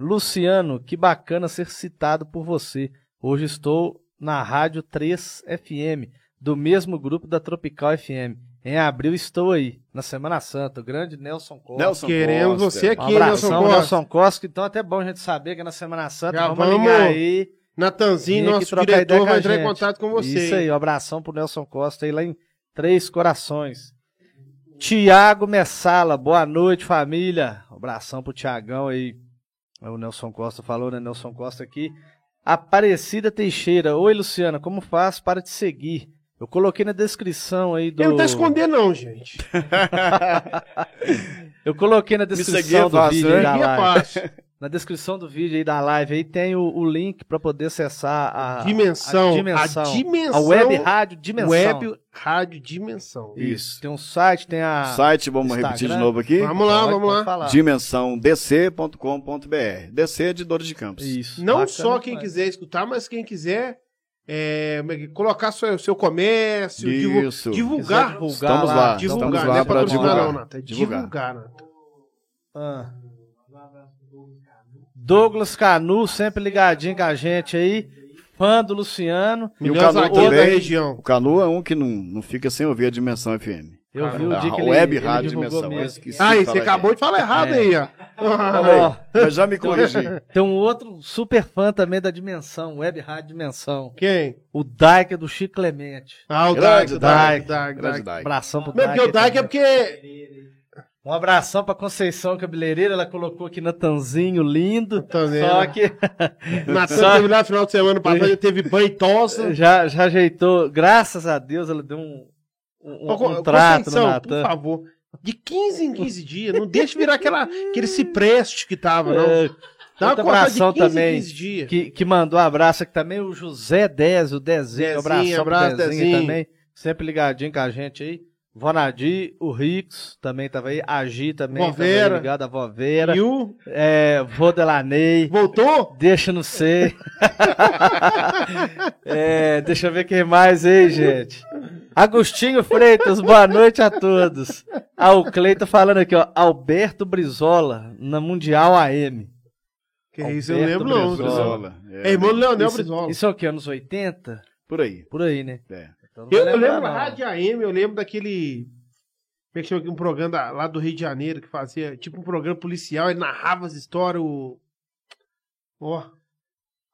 Luciano, que bacana ser citado por você. Hoje estou na Rádio 3 FM, do mesmo grupo da Tropical FM. Em abril estou aí, na Semana Santa. O grande Nelson Costa. Nelson Queremos Costa. você aqui. Um Quem é Nelson abração, Nelson Costa. Costa? que então é até bom a gente saber que é na Semana Santa. Já vamos, vamos ligar aí. Natanzinho, Vem aqui nosso trocar ideia diretor, com vai a entrar em gente. contato com você. Isso hein? aí, um abração pro Nelson Costa aí lá em Três Corações. Tiago Messala, boa noite, família. Um abração pro Tiagão aí. O Nelson Costa falou, né? Nelson Costa aqui. Aparecida Teixeira. Oi, Luciana, como faço para te seguir? Eu coloquei na descrição aí do. Ele não tá escondendo, não, gente. Eu coloquei na seguir é descrição do fácil, vídeo né? aí da Aqui é live. fácil. Na descrição do vídeo aí da live aí tem o, o link para poder acessar a dimensão, a dimensão. A dimensão. A web rádio dimensão. Web rádio dimensão. Isso. Tem um site, tem a. Site, vamos Instagram. repetir de novo aqui. Vamos lá, Pode- vamos pode lá. falar. dimensãodc.com.br. DC de Dores de Campos. Isso. Não bacana só quem demais. quiser escutar, mas quem quiser é, como é que- colocar seu, seu comércio, divu- Isso. divulgar. Quiser divulgar Estamos lá, estamos Divulgar, lá não é pra patrocinar divulgar. não, Nata. É Divulgar. divulgar, Nata. Ah. Douglas Canu, sempre ligadinho com a gente aí. Fã do Luciano. E o Melhor Canu zagueiro da também. região. O Canu é um que não, não fica sem ouvir a Dimensão FM. Eu vi o A dia que ele, Ah, web ele rádio divulgou Dimensão. mesmo. esqueci de Aí, falar Ah, você acabou de falar errado É. aí, ó. Ó, isso. Mas já me corrigi. tem um outro super fã também da Dimensão, Web Rádio Dimensão. Quem? O Dyke do Chico Clemente. Ah, o Grande Dyke, Dyke, Dyke, Dyke, grande Dyke. Dyke. Abração pro Não, Dyke. porque o Dyke é também. porque... Um abração pra Conceição Cabeleireira, ela colocou aqui Natanzinho lindo. Natanzinho. né? Só que Natan Só- teve lá no final de semana passado, ele teve banho e tosse. já, já ajeitou, graças a Deus, ela deu um, um, Ô, um Con- trato no Conceição, por Natan. favor, de 15 em 15 dias, não deixa virar aquela, aquele cipreste que tava, não. É, Dá uma outro cortada abração de 15 também. em 15 dias. que, que mandou um abraço aqui também, o José Dez, o Dezinho, um Dezinho, abração abraço, abraço, Dezinho, Dezinho. também, sempre ligadinho com a gente aí. Vonadi, o Rix também tava aí, a Gi também tava aí Vovera. ligada, a Vovera, E o... é, Vodelanei, Voltou? deixa não sei. É, deixa eu ver quem mais aí, gente. Agostinho Freitas, boa noite a todos. Ah, o Cleiton falando aqui, ó, Alberto Brizola, na Mundial AM. Que isso, eu Alberto lembro não. Brizola. Brizola. É, É irmão do Leonel Isso- Brizola. Isso é o que, anos 80? Por aí. Por aí, né? É. Então não vai Eu, eu lembrar, lembro da não. Rádio AM, eu lembro daquele. Como é que chama aqui? Um programa da- lá do Rio de Janeiro que fazia tipo um programa policial, ele narrava as histórias. o- Ó,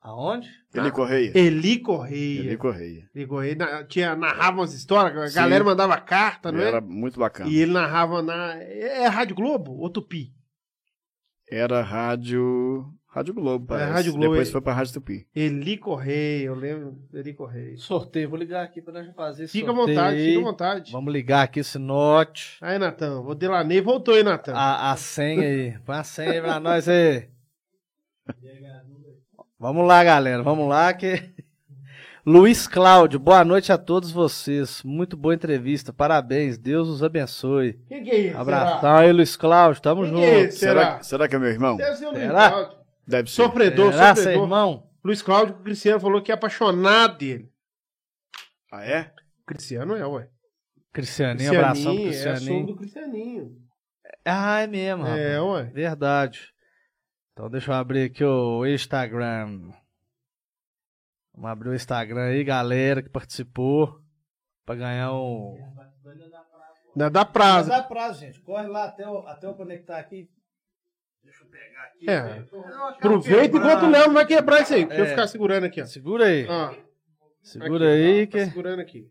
Aonde? Ele Correia. Eli Tá. Correia. Ele Eli, Correia. Correia na- tinha, narrava as histórias, Sim. a galera mandava carta, não é? Era muito bacana. E ele narrava na. É, é Rádio Globo ou Tupi? Era rádio. Rádio Globo, parece. Rádio Globo, Depois é. foi pra Rádio Tupi. Eli Correia, eu lembro. Eli Correia. Sorteio, vou ligar aqui pra nós fazer esse Fica à sorteio vontade, aí. fica à vontade. Vamos ligar aqui esse note. Aí, Natan, vou delanei, voltou aí, Natan. A, a senha aí. Põe a senha aí pra nós aí. Vamos lá, galera. Vamos lá que... Luiz Cláudio, boa noite a todos vocês. Muito boa entrevista. Parabéns. Deus os abençoe. Quem que é isso? Abração aí, Luiz Cláudio. Tamo Quem que é junto. esse? Será? Será, será que é meu irmão? Deve ser o Luiz Será? Cláudio. Deve ser. Sofredor, Será, seu sofredor. ah, é irmão? Luiz Cláudio, o Cristiano falou que é apaixonado dele. Ah, é? Cristiano é, ué. Cristianinho, abração pro é Cristianinho. sogro do Cristianinho. Ah, é mesmo. rapaz. É, ué. Verdade. Então deixa eu abrir aqui o Instagram. Vamos abrir o Instagram aí, galera que participou. Pra ganhar um. Não é da praza. dá prazo, gente. Corre lá até eu, até eu conectar aqui. Deixa eu pegar aqui. É. Aproveita enquanto o Léo não vai quebrar isso aí. Deixa eu É. ficar segurando aqui, ó. Segura aí. Ó, tá Segura Ah, aqui, aí ó, que. é. tá segurando aqui.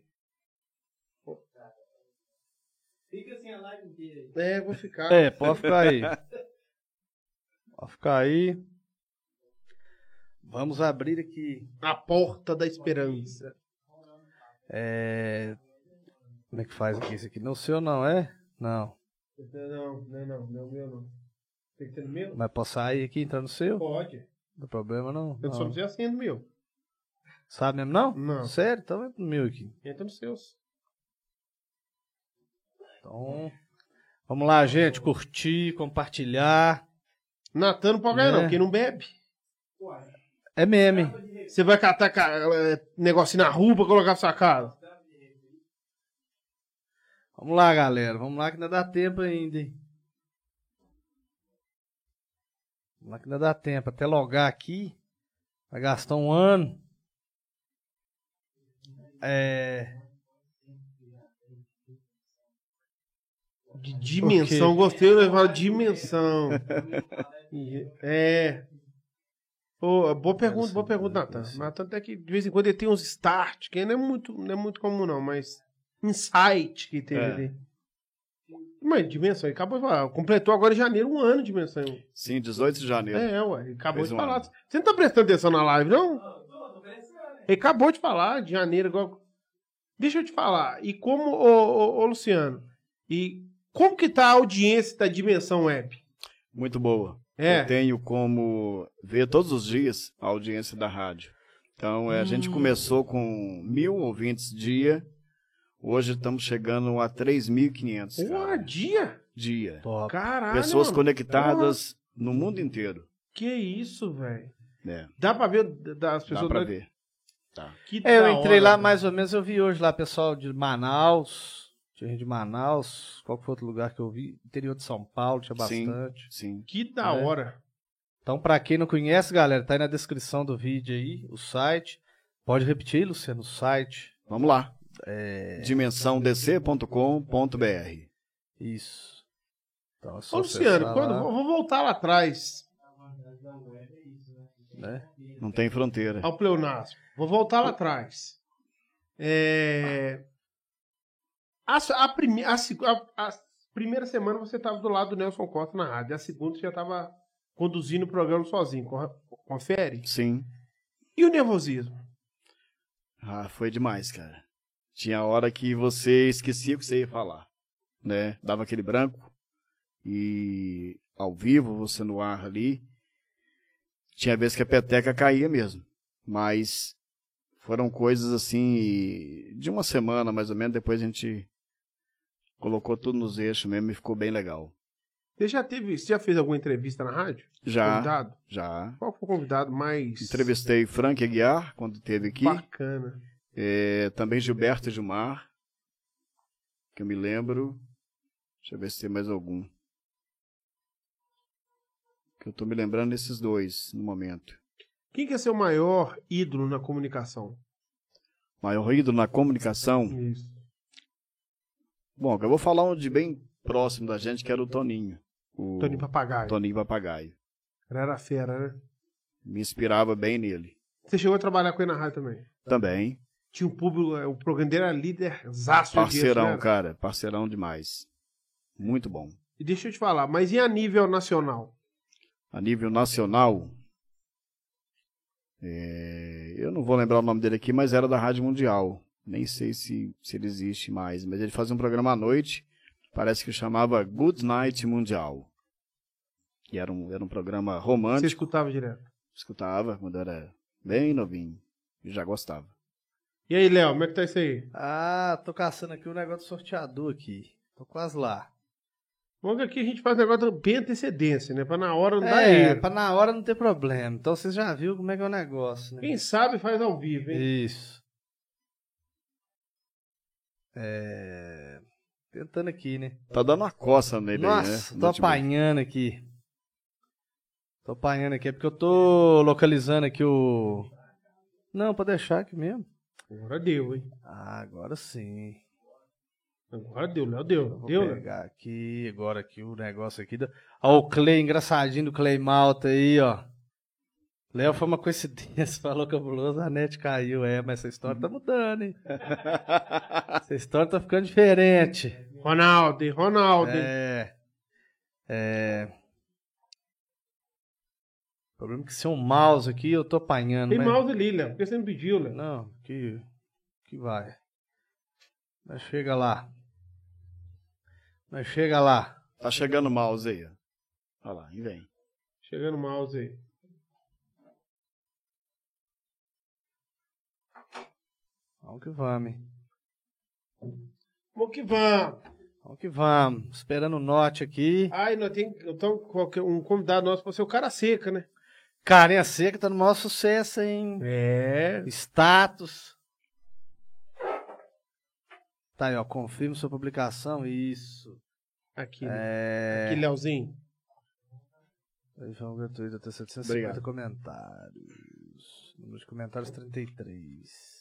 Fica assim a live inteira aí. É, vou ficar. É, pode ficar aí. pode ficar aí. Vamos abrir aqui. A porta da esperança. É... Como é que faz aqui? Isso aqui não seu não, é? Não. Não, não, não, não, meu não. Tem que ser no meu? Mas posso sair aqui e entrar no seu? Não Pode. tem problema não. Eu só Não. não sei a senha do meu. Sabe mesmo não? Não. Sério? Então é pro meu aqui. Entra nos seus. Então... Vamos lá, gente. Curtir, compartilhar. Natan não pode ganhar, É. não, porque não bebe. É meme. Você vai catar ca- eh, negocinho na rua pra colocar na sua casa. Vamos lá, galera. Vamos lá que ainda dá tempo ainda, hein? Vamos lá que ainda dá tempo. Até logar aqui. Vai gastar um ano. É... De dimensão, gostei, ele fala dimensão. E- é. Ô, boa pergunta, boa pergunta, Natan. Natan até que de vez em quando ele tem uns start, que não é muito, não é muito comum não, mas insight que teve É. ali. Mas dimensão, ele acabou de falar. Completou agora em janeiro um ano de dimensão. Sim, 18 de janeiro. É, é, ué, ele acabou Fez de um falar. ano. Você não tá prestando atenção na live, não? Ele acabou de falar de janeiro, igual. Deixa eu te falar. E como, ô, ô, ô, Luciano, e como que tá a audiência da Dimensão Web? Muito boa. É. Eu tenho como ver todos os dias a audiência da rádio. Então, é, a Hum. gente começou com mil ouvintes dia. Hoje estamos chegando a 3.500 Pô, cara, dia? dia. Top. Caralho. Pessoas mano. conectadas no mundo inteiro. Que isso, velho. né? Dá pra ver d- das Dá pessoas. pra ver. Que É, eu da entrei hora, né? lá velho. mais ou menos, eu vi hoje lá pessoal de Manaus, Tinha gente de Manaus, qual que foi outro lugar que eu vi? Interior de São Paulo tinha Sim. bastante. Sim. Que da É. hora. Então, pra quem não conhece, galera, tá aí na descrição do vídeo aí, o site. Pode repetir, Luciano, o site. Vamos lá. dimensãodc.com.br. Isso. Então, é só Ô, Luciano, tá acessar quando, lá, vou vou voltar lá atrás né? Não tem fronteira. ao pleonasmo. Vou voltar lá atrás. É, A, s- a prime- a seg- a- a primeira semana você estava do lado do Nelson Costa na rádio. A segunda você já estava conduzindo o programa sozinho. corre- Confere. Sim. E o nervosismo? Ah, foi demais, cara. Tinha hora que você esquecia o que você ia falar, né? Dava aquele branco e ao vivo, você no ar ali, tinha vezes que a peteca caía mesmo. Mas foram coisas assim de uma semana mais ou menos, depois a gente colocou tudo nos eixos mesmo e ficou bem legal. Você já teve. Você já fez alguma entrevista na rádio? Já, Convidado? já. Qual foi o convidado mais Entrevistei Frank Aguiar quando teve aqui. bacana? É, também Gilberto e Gilmar, que eu me lembro. Deixa eu ver se tem mais algum. Que eu tô me lembrando desses dois no momento. Quem que é seu maior ídolo na comunicação? Maior ídolo na comunicação. Isso. Bom, eu vou falar um de bem próximo da gente, que era o Toninho. O Tony Papagaio. Toninho Papagaio. Ele Era fera, né? Me inspirava bem nele. Você chegou a trabalhar com ele na rádio também. Também. Tinha um público, o programa dele era líder zaço de audiência, né? Parceirão, cara. Parceirão demais. Muito bom. E deixa eu te falar, mas e a nível nacional? a nível nacional. É, eu não vou lembrar o nome dele aqui, mas era da Rádio Mundial. Nem sei se, se ele existe mais, mas ele fazia um programa à noite, parece que chamava Good Night Mundial. E era um, era um programa Você romântico, escutava direto. escutava quando era bem novinho, e já gostava. E aí, Léo, como é que tá isso aí? Ah, tô caçando aqui o negócio do sorteador aqui. Tô quase lá. Bom que aqui a gente faz um negócio bem antecedência, né? Pra na hora não dar é, erro. pra na hora não ter problema. Então vocês já viram como é que é o negócio, né? Quem sabe faz ao vivo, hein? Isso. É... Tentando aqui, né? Tá dando uma coça nele aí, né? Nossa, no tô último- apanhando aqui. Tô apanhando aqui, é porque eu tô localizando aqui o... Não, pode deixar aqui mesmo. Agora deu, hein? Ah, agora sim. Agora deu, Léo, Eu deu. vou Deu, Léo. pegar aqui, agora aqui o negócio aqui. Da... Ó, o Clay, engraçadinho do Clay Malta aí, ó. Léo foi uma coincidência, falou cabuloso, a net caiu. É, mas essa história tá mudando, hein? essa história tá ficando diferente. Ronaldo, hein? Ronaldo, hein? É. É. O problema é que se é um mouse aqui, eu tô apanhando. É, Tem mas- mouse ali, Léo. Por que você não pediu, Léo? Não, que. Que vai. Mas chega lá. Mas chega lá. Tá chegando o mouse aí. ó. Olha lá, e vem. Chegando o mouse aí. Vamos que vamos, hein? Vamos que vamos. Vamos que vamos. Esperando o note aqui. Ai, nós tem então, qualquer- um convidado nosso pra ser o cara seca, né? Carinha seca tá no maior sucesso, hein? É. Status. Tá aí, ó. Confirma sua publicação. Isso. Aqui, né? É. aqui Léozinho. Revisão gratuita até 750 Obrigado. comentários. Número de comentários 33.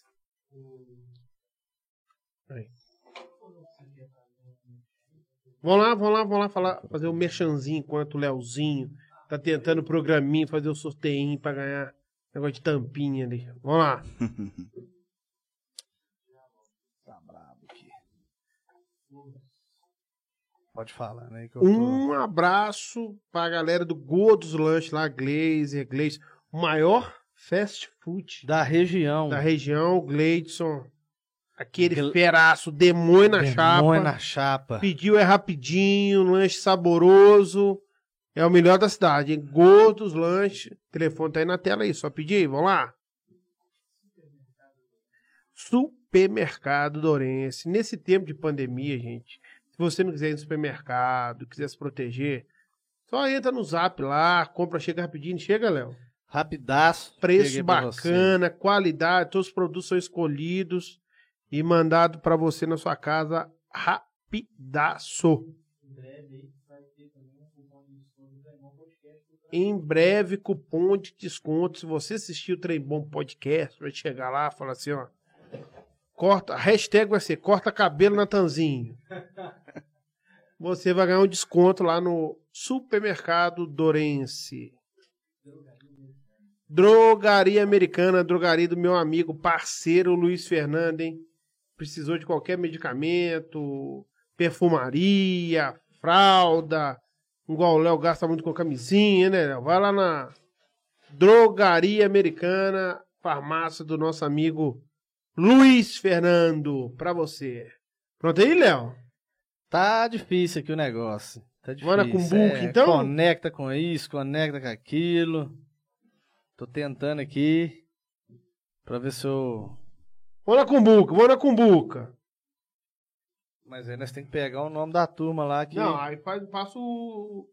Vamos lá, vamos lá, vamos lá falar, fazer o merchanzinho enquanto o Léozinho tá tentando o programinha, fazer o sorteio pra ganhar negócio de tampinha ali. Vamos lá. Tá brabo aqui. Pode falar, né? Que eu tô... Um abraço pra galera do Gordos Lanche lá, Glazer, Glazer, o maior fast food Da região. da região, Gleidson. Aquele Gle- feraço, demônio na Demônio chapa. na chapa. Pediu é rapidinho, lanche saboroso. É o melhor da cidade, hein? Gordos Lanche. O telefone tá aí na tela aí, só pedir, vamos lá. Supermercado Dorense. Nesse tempo de pandemia, gente, se você não quiser ir no supermercado, quiser se proteger, só entra no zap lá, compra, chega rapidinho, chega, Léo. Rapidaço. Preço cheguei pra você. bacana, qualidade, todos os produtos são escolhidos e mandado para você na sua casa Rapidaço. Em breve, cupom de desconto. Se você assistir o Trem Bom Podcast, vai chegar lá e falar assim, ó. Corta, a hashtag vai ser corta cabelo Natanzinho. Você vai ganhar um desconto lá no supermercado Dorense. Drogaria Americana, drogaria do meu amigo, parceiro Luiz Fernando, hein? Precisou de qualquer medicamento, perfumaria, fralda. Igual o Léo gasta muito com camisinha, né, Léo? Vai lá na Drogaria Americana, farmácia do nosso amigo Luiz Fernando, pra você. Pronto aí, Léo? Tá difícil aqui o negócio. Tá difícil. Manda com book, então? Conecta com isso, conecta com aquilo. Tô tentando aqui pra ver se eu. Vamos na cumbuca, vamos na cumbuca. Mas aí nós temos que pegar o nome da turma lá que. Não, aí faz, passa o.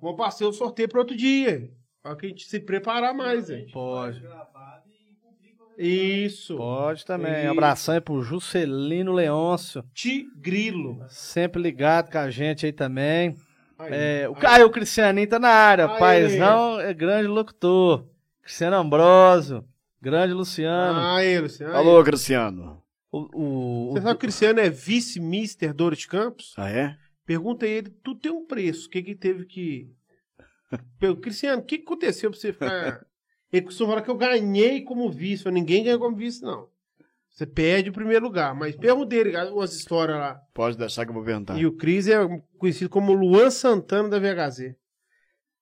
Vou passar o sorteio para outro dia. Pra que a gente se preparar mais, hein? Pode. Isso. Pode também. Isso. Abração aí pro Juscelino Leôncio. Tigrilo. Sempre ligado com a gente aí também. Aí, É, o, aí. ah, e o Cristianinho tá na área. Aí. Paz não é grande locutor. Cristiano Ambrosio. Grande Luciano. Ah, ele, assim, aí. Alô, Cristiano. O, o, Você sabe que o Cristiano é vice-mister Doris Campos? Ah, é? Pergunta a ele, tu tem um preço, o que que teve que... Pelo Cristiano, o que que aconteceu pra você ficar... Ele costuma falar que eu ganhei como vice, mas ninguém ganha como vice, não. Você perde o primeiro lugar, mas pergunta ele umas histórias lá. Pode deixar que eu vou perguntar. E o Cris é conhecido como Luan Santana da VHZ.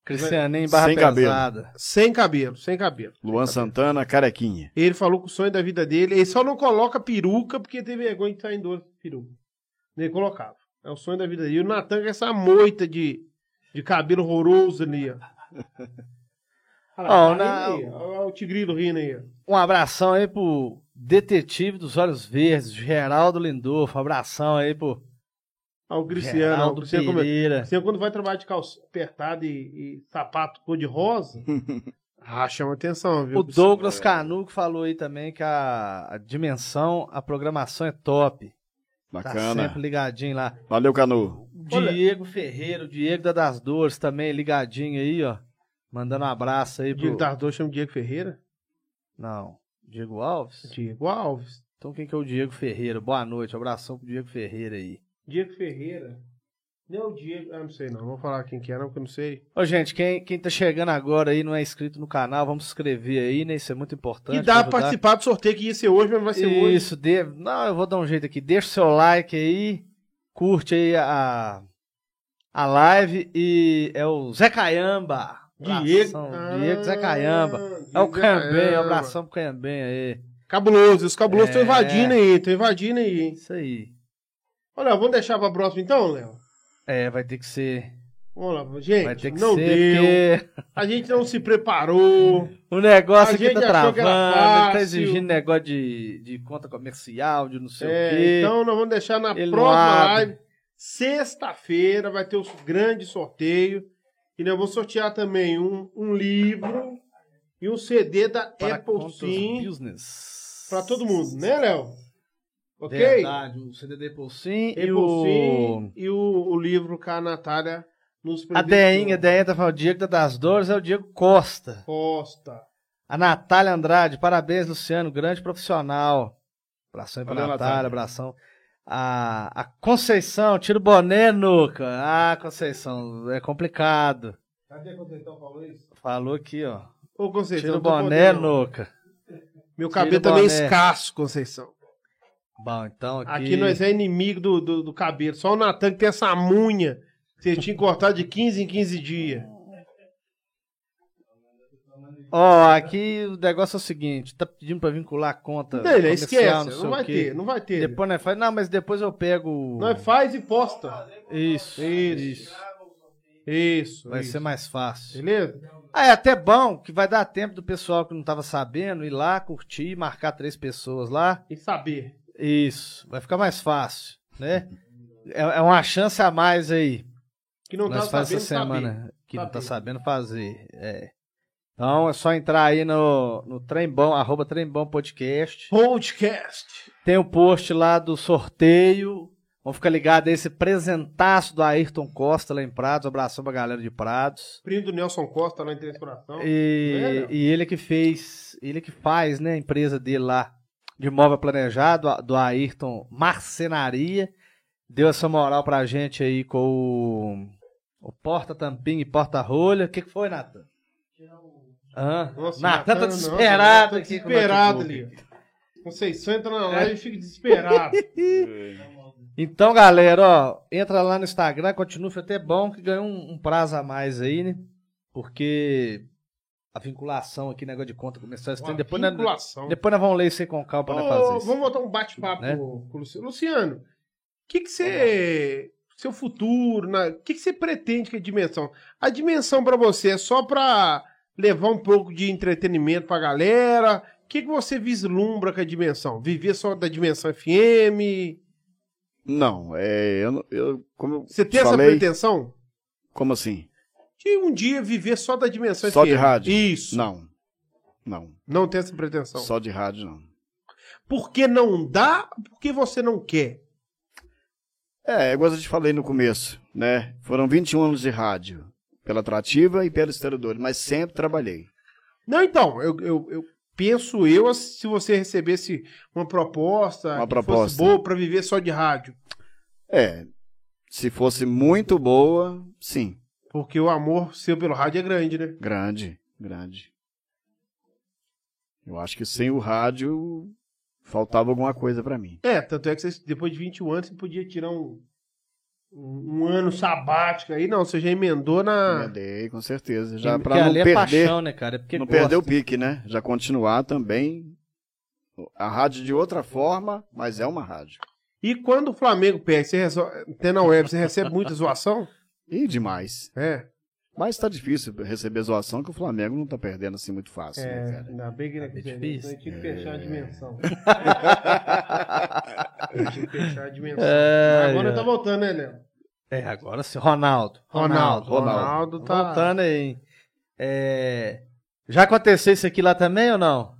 Cristianinho Barra Sem cabelo. Pesada. Sem cabelo, sem cabelo. Luan Santana, carequinha. Ele falou que o sonho da vida dele, ele só não coloca peruca porque tem vergonha de estar em dor peruca. Ele colocava. É o sonho da vida dele. E o Natan com essa moita de, de cabelo horroroso ali, ó. Olha lá, tá Oh, não. rindo aí, ó. Olha o tigrilo rindo aí. ó. Um abração aí pro detetive dos olhos verdes, Geraldo Lindolfo. Abração aí pro Olha o Cristiano. ó, o Geraldo Cristiano, como é- Pereira. Cristiano quando vai trabalhar de calça apertada e, e sapato cor de rosa, ah, chama atenção, viu? O Douglas Canuco falou aí também que a, a dimensão, a programação é top. Tá Bacana. sempre ligadinho lá. Valeu, Canu. O Olha- Diego Ferreira, o Diego da Das Dores também ligadinho aí, ó. Mandando um abraço aí pro... Diego Dardô chama Diego Ferreira? Não, Diego Alves? Diego Alves. Então quem que é o Diego Ferreira? Boa noite, abração pro Diego Ferreira aí. Diego Ferreira. Não, o Diego. Ah, não sei não. Vou falar quem que é, não, porque eu não sei. Ô, gente, quem, quem tá chegando agora aí não é inscrito no canal, vamos se inscrever aí, né? Isso é muito importante. E dá pra pra ajudar. participar do sorteio que ia ser hoje, mas não vai ser hoje. Isso, de... não, eu vou dar um jeito aqui. Deixa o seu like aí, curte aí a, a live e é o Zé Caiamba. Diego. ah, Abração, Diego Zé Caiamba. É o Caiambém, Cambem, é um abração pro Caiambém aí. Cabuloso, os cabulosos estão É. invadindo aí, estão invadindo aí, hein? Isso aí. Olha, vamos deixar pra próxima então, Léo? É, vai ter que ser. Vamos lá, gente. Vai ter que não ser, deu. porque A gente não se preparou. o A negócio aqui gente tá achou que era travando, ele tá fácil. exigindo negócio de, de conta comercial, de não sei o É, quê. então nós vamos deixar na Ele não próxima abre. live. Sexta-feira vai ter o grande sorteio. E nós vamos sortear também um, um livro e um CD da para Apple contas Sim business. para todo mundo, né, Léo? Ok? Verdade, o CD da Apple é Sim Apple e o... Sim e o, o livro que a Natália nos A Deinha, a presenteou. Deinha tá falando, o Diego das Dores é o Diego Costa. Costa. A Natália Andrade, parabéns, Luciano, grande profissional. Abração aí pra Valeu, Natália, Natália. abração. A, a Conceição, tira o boné, Nuca. Ah, Conceição, é complicado. Cadê quando então falou isso? Falou aqui, ó. Ô, Conceição. Tira o não tô boné, podendo. Nuca. Meu Tira cabelo o também é boné. escasso, Conceição. Bom, então aqui... Aqui nós é inimigo do, do, do cabelo. Só o Natan que tem essa munha que você tinha que cortar de 15 em 15 dias. Ó, aqui o negócio é o seguinte, tá pedindo pra vincular a conta Não, ele comercial, esquece. Tá sei Não o vai quê. ter, não vai ter. Depois nós faz, não, mas depois eu pego... Nós faz e posta. Isso, Isso. isso. Isso. Vai isso. ser mais fácil. Beleza? Ah, é até bom que vai dar tempo do pessoal que não tava sabendo ir lá, curtir, marcar três pessoas lá. E saber. Isso, vai ficar mais fácil, né? É, é uma chance a mais aí. Que não Nós tá faz sabendo essa saber. semana que não tá Saber. sabendo fazer. é. Então é só entrar aí no, no Trembão, arroba Trembão Podcast. Podcast. Tem o post lá do sorteio. Vamos ficar ligados a esse presentaço do Ayrton Costa lá em Prados. Abração pra galera de Prados. Primo do Nelson Costa lá em Três Coração. E, Olha. e ele que fez, ele que faz, né, a empresa dele lá de imóvel planejado, a- do Ayrton Marcenaria. Deu essa moral pra gente aí com o, o Porta Tampinha e Porta Rolha. O que, que foi, Nathan? Aham. Nossa, Natan tá não, desesperado tá aqui é com o Desesperado notebook. É. ali. Conceição entra na live e fica desesperado. Então, galera, ó, entra lá no Instagram, continua, foi até bom que ganhou um, um prazo a mais aí, né? Porque a vinculação aqui, negócio de conta, começou a estender. Uma Depois, né, nós- vinculação. depois nós vamos ler isso aí com calma pra nós Ô, fazer isso. vamos botar um bate-papo Né? com o Luciano. Luciano, o que que você... Seu futuro, na- o que que você pretende com a dimensão? A dimensão pra você é só pra levar um pouco de entretenimento pra galera? O que que você vislumbra com a dimensão? Viver só da dimensão FM? Não, é, eu, não- eu- como eu Você tem falei, essa pretensão? como assim? De um dia viver só da dimensão Só FM? de rádio? Isso. Não, Não, não, tem essa pretensão. só de rádio não. Por que não dá? Por que você não quer? É, igual eu te falei no começo, né? Foram 21 anos de rádio, pela Atrativa e pela Estradora, mas sempre trabalhei. Não, então, eu, eu- eu penso eu, se você recebesse uma proposta, Uma que fosse proposta. boa pra viver só de rádio. É, se fosse muito boa, sim, Porque o amor seu pelo rádio é grande, né? grande, grande. Eu acho que sem o rádio faltava alguma coisa pra mim. É, tanto é que você, depois de 21 anos você podia tirar um, um, um ano sabático aí. Não, você já emendou na... Emendei, com certeza, já que pra não ali é perder... paixão, né, cara? É porque não gosta. perder o pique, né? Já continuar também a rádio de outra forma, mas é uma rádio. E quando o Flamengo perde, você resolve... Tem na web, você recebe muita zoação? E demais. É. Mas tá difícil receber zoação que o Flamengo não tá perdendo assim muito fácil, né, É, cara? ainda bem que não é Tá bem difícil. difícil. É. tinha que fechar a dimensão. tinha que fechar a dimensão. É, Agora é. tá voltando, né, Léo? É, agora sim. Ronaldo. Ronaldo. Ronaldo. Ronaldo, tá. Voltando aí. hein? É, Já aconteceu isso aqui lá também ou não?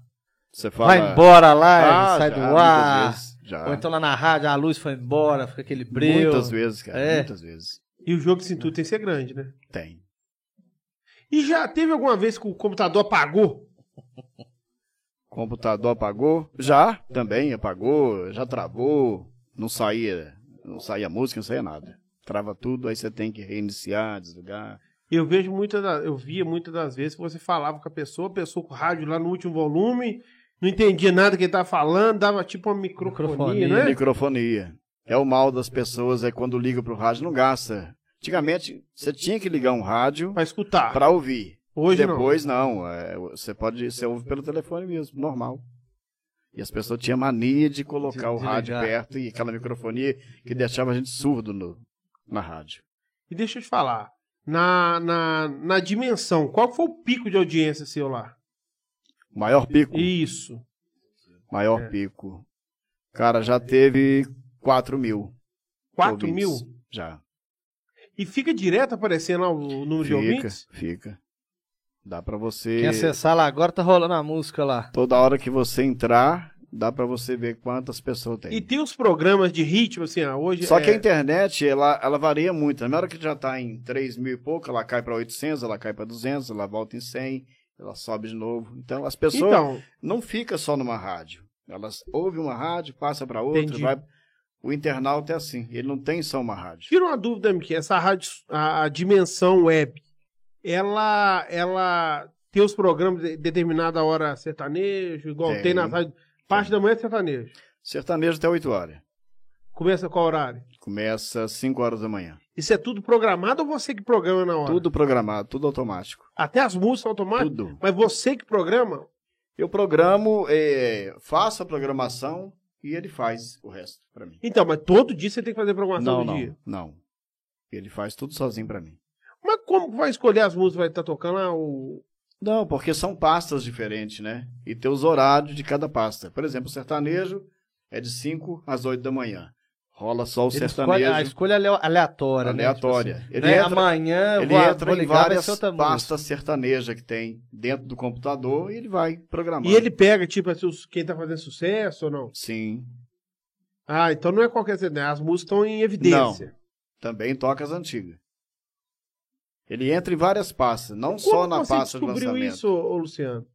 Você fala. Vai embora lá, Ah, sai já, do muitas ar. vezes, já. Ou então lá na rádio, a luz foi embora, fica aquele brilho. Muitas vezes, cara. É. Muitas vezes. E o jogo de cintura tem que ser grande, né? Tem. E já teve alguma vez que o computador apagou? Computador apagou? Já, também apagou, já travou, não saía, não saía música, não saía nada. Trava tudo, aí você tem que reiniciar, desligar. Eu vejo muitas da- eu via muitas das vezes que você falava com a pessoa, a pessoa com o rádio lá no último volume, não entendia nada que ele tava falando, dava tipo uma microfonia, Microfonia, né? Microfonia. É o mal das pessoas, é quando liga pro rádio, não gasta. Antigamente, você tinha que ligar um rádio Pra escutar. pra ouvir. Hoje Depois, não. é, você pode, você ouve pelo telefone mesmo, normal. E as pessoas tinham mania de colocar De- o de rádio ligar. perto e aquela microfonia que deixava a gente surdo no, na rádio. não. E deixa eu te falar, na, na, na dimensão, qual foi o pico de audiência seu lá? Maior pico. Isso. Maior É. pico. Cara, já teve 4 mil. 4 ouvintes. mil? Já. E fica direto aparecendo lá o número de Fica, ouvintes? é fica. Dá pra você. Quem acessar lá agora tá rolando a música lá. Toda hora que você entrar, dá pra você ver quantas pessoas tem. E tem os programas de ritmo, assim, ah, hoje. Só é- que a internet, ela, ela varia muito. Na hora que já tá em 3 mil e pouco, ela cai pra 800, ela cai pra 200, ela volta em 100, ela sobe de novo. Então, as pessoas Então, não ficam só numa rádio. Elas ouvem uma rádio, passa pra outra, Entendi. vai... O internauta é assim, ele não tem só uma rádio. tira uma dúvida, que essa rádio, a, a dimensão web, ela, ela tem os programas de determinada hora sertanejo, igual tem, Tem. na rádio. Parte da manhã é sertanejo. Sertanejo até 8 horas. Começa qual horário? Começa às 5 horas da manhã. Isso é tudo programado ou você que programa na hora? Tudo programado, tudo automático. Até as músicas automáticas? Tudo. Mas você que programa? Eu programo, eh, faço a programação e ele faz o resto pra mim. Então, mas todo dia você tem que fazer programação Não, do dia. não, não. Ele faz tudo sozinho pra mim. Mas como que vai escolher as músicas que vai estar tocando? Ah, o... Não, porque são pastas diferentes, né? E tem os horários de cada pasta. Por exemplo, o sertanejo é de 5 às 8 da manhã. Rola só o Ele Um sertanejo escolhe- a escolha ale- aleatória, aleatória. né? Tipo assim, ele né? entra, Amanhã eu ele vou, entra vou em ligar, vai várias ser outra música. pastas sertanejas que tem dentro do computador e ele vai programando. E ele pega, tipo, assim, os- quem tá fazendo sucesso ou não? Sim. Ah, então não é qualquer CD. As músicas estão em evidência. Também toca as antigas. Ele entra em várias pastas, não só Como na você pasta de descobriu lançamento. isso, ô Luciano?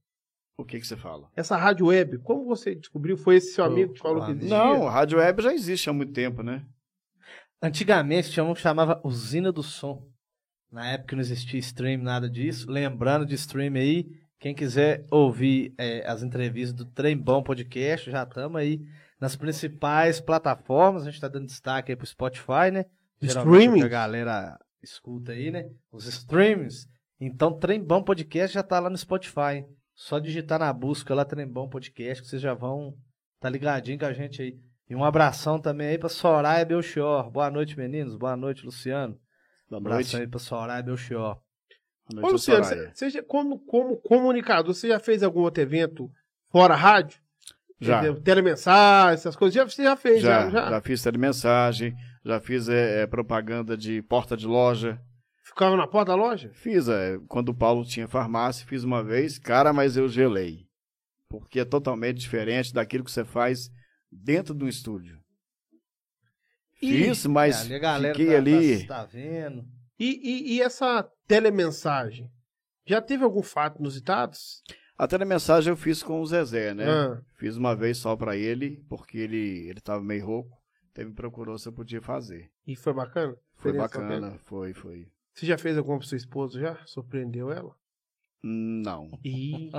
O que, que você fala? Essa rádio web, como você descobriu? Foi esse seu Eu- amigo que falou que claro. existia? Não, a Rádio Web já existe há muito tempo, né? Antigamente tinha um que chamava usina do som. Na época não existia stream, nada disso. Lembrando de stream aí, quem quiser ouvir é, as entrevistas do Trembão Podcast, já estamos aí nas principais plataformas. A gente está dando destaque aí pro Spotify, né? Geralmente é o Streaming? que A galera escuta aí, né? Os streams. Então, Trembão Podcast já tá lá no Spotify. hein? Só digitar na busca lá Trembão Podcast que vocês já vão tá ligadinho com a gente aí. E um abração também aí pra Soraya Belchior. Boa noite, meninos. Boa noite, Luciano. Da Um noite. abração aí pra Soraya Belchior. da Ô, noite Luciano, Soraya. você, você já- como, como comunicador, você já fez algum outro evento fora rádio? Já. Entendeu? Telemensagem, essas coisas. Já, você já fez, Já, já, já, fiz telemensagem, já fiz eh, eh, propaganda de porta de loja. Ficava na porta da loja? Fiz, eh, quando o Paulo tinha farmácia, fiz uma vez, cara, mas eu gelei. Porque é totalmente diferente daquilo que você faz dentro de um estúdio. Fiz, mas Ali a galera fiquei tá, ali. Tá, tá vendo. E, e- e essa telemensagem? Já teve algum fato inusitado? A telemensagem eu fiz com o Zezé, né? Ah, Fiz uma vez só pra ele, porque ele ele tava meio rouco. Então ele me procurou se eu podia fazer. e foi bacana? Foi Experiência bacana, foi, foi. Você já fez alguma pra sua esposa já? Surpreendeu ela? Não. Ih.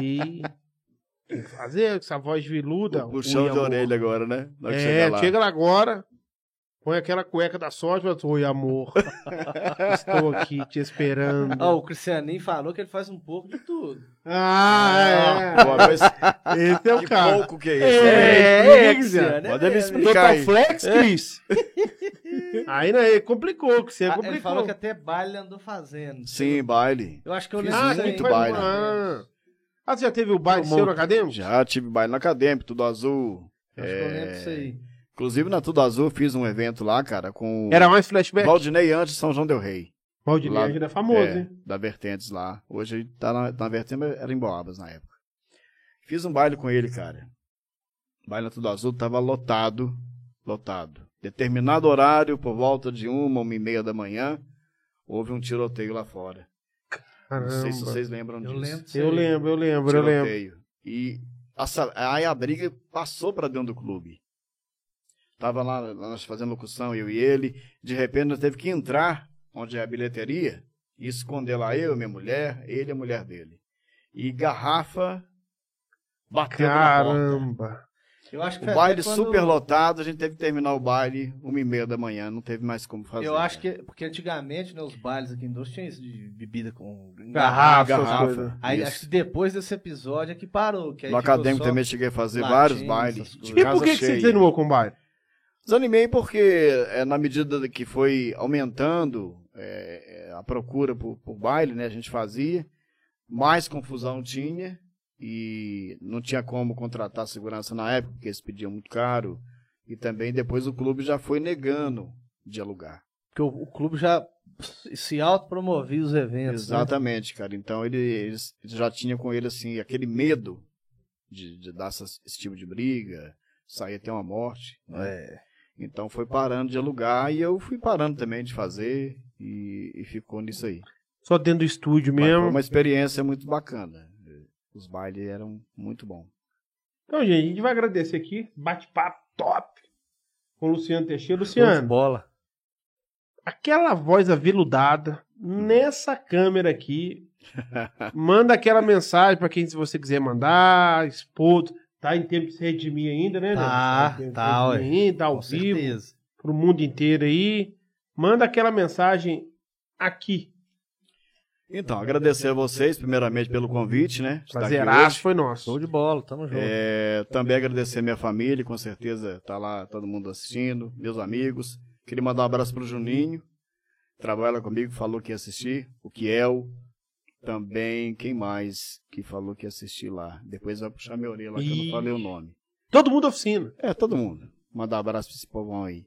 Ih. Tem que fazer com essa voz veluda. O puxão de ui, amor. orelha agora, né? Na hora Então, um É, que chega lá. lá. agora, põe aquela cueca da sorte e fala, assim, oi amor, estou aqui te esperando. Ó, o Cristianinho falou que ele faz um pouco de tudo. Ah, Pô, mas é. Esse é o que cara. pouco que é isso, né? É, é, Cristiano, Manda ele mesmo. explicar. É. Total Cai. flex, Cris. Aí né, complicou, que você Ah, complicou. Ele falou que até baile andou fazendo. Sim, baile. Eu acho que eu Fiz lembro ah, disso aí. muito muito baile. Ah. Ah, você já teve o baile Tomou. seu no acadêmico? Já tive baile na acadêmica, tudo azul. Eu acho que eu É. lembro disso aí. Inclusive na Tudo Azul eu fiz um evento lá, cara, com o Era mais flashback? Valdinei antes de São João Del Rei. Valdir Lá- Leandro é famoso, É, hein? da Vertentes lá. Hoje ele tá na, na Vertentes, mas era em Boabas na época. Fiz um baile com ele, cara. O baile na Tudo Azul tava lotado, lotado. Determinado horário, por volta de uma, uma e meia da manhã, houve um tiroteio lá fora. Não sei se Caramba. vocês lembram Eu disso. lembro disso Eu aí. lembro, eu lembro, eu lembro. tiroteio. E a, sa- aí a briga passou pra dentro do clube. Tava lá, lá nós fazendo locução, eu e ele. De repente, nós teve que entrar onde é a bilheteria e esconder lá eu, minha mulher, ele e a mulher dele. E garrafa batendo na porta. Caramba. Eu acho que O foi baile até É, quando- super lotado, a gente teve que terminar o baile uma e meia da manhã, não teve mais como fazer. Eu acho cara. que, porque antigamente, né, os bailes aqui em Doce tinha isso de bebida com Garrafa, essas Garrafa. coisas. Aí isso. acho que depois desse episódio é que parou. Que aí No ficou acadêmico só- também cheguei a fazer latim, vários essas bailes. coisas. de E casa por que, que você cheia. desanimou com o baile? Desanimei porque, é, na medida que foi aumentando é, é, a procura por, por baile, né, a gente fazia, mais confusão tinha e não tinha como contratar segurança na época, porque eles pediam muito caro. E também depois o clube já foi negando de alugar. Porque o, o clube já se autopromovia os eventos. né? Exatamente, cara. Então ele- eles já tinham com ele assim aquele medo de, de dar essas- esse tipo de briga, sair até uma morte. né? É. Então foi parando de alugar e eu fui parando também de fazer e, e ficou nisso aí. Só dentro do estúdio Mas mesmo. foi uma experiência muito bacana. Os bailes eram muito bons. Então, gente, a gente vai agradecer aqui. Bate-papo top com o Luciano Teixeira. Show de Luciano, bola. aquela voz aveludada nessa câmera aqui. manda aquela mensagem pra quem, se você quiser mandar, expor. Tá em tempo de se redimir ainda, né? Tá, Nelson? em tempo de tá, se ué. redimir ainda, tá ao Com vivo, certeza. pro mundo inteiro aí. Manda aquela mensagem aqui. Então, agradecer a vocês, primeiramente, pelo convite, né? Estar aqui Prazeraço hoje. foi nosso. Show de bola, tamo junto. É, também agradecer a minha família, com certeza tá lá todo mundo assistindo, meus amigos. Queria mandar um abraço pro Juninho, trabalha comigo, falou que ia assistir, o Kiel, também quem mais que falou que ia assistir lá. Depois vai puxar minha orelha lá que eu Ih. não falei o nome. Todo mundo oficina. É, todo mundo. Mandar um abraço pra esse povão aí.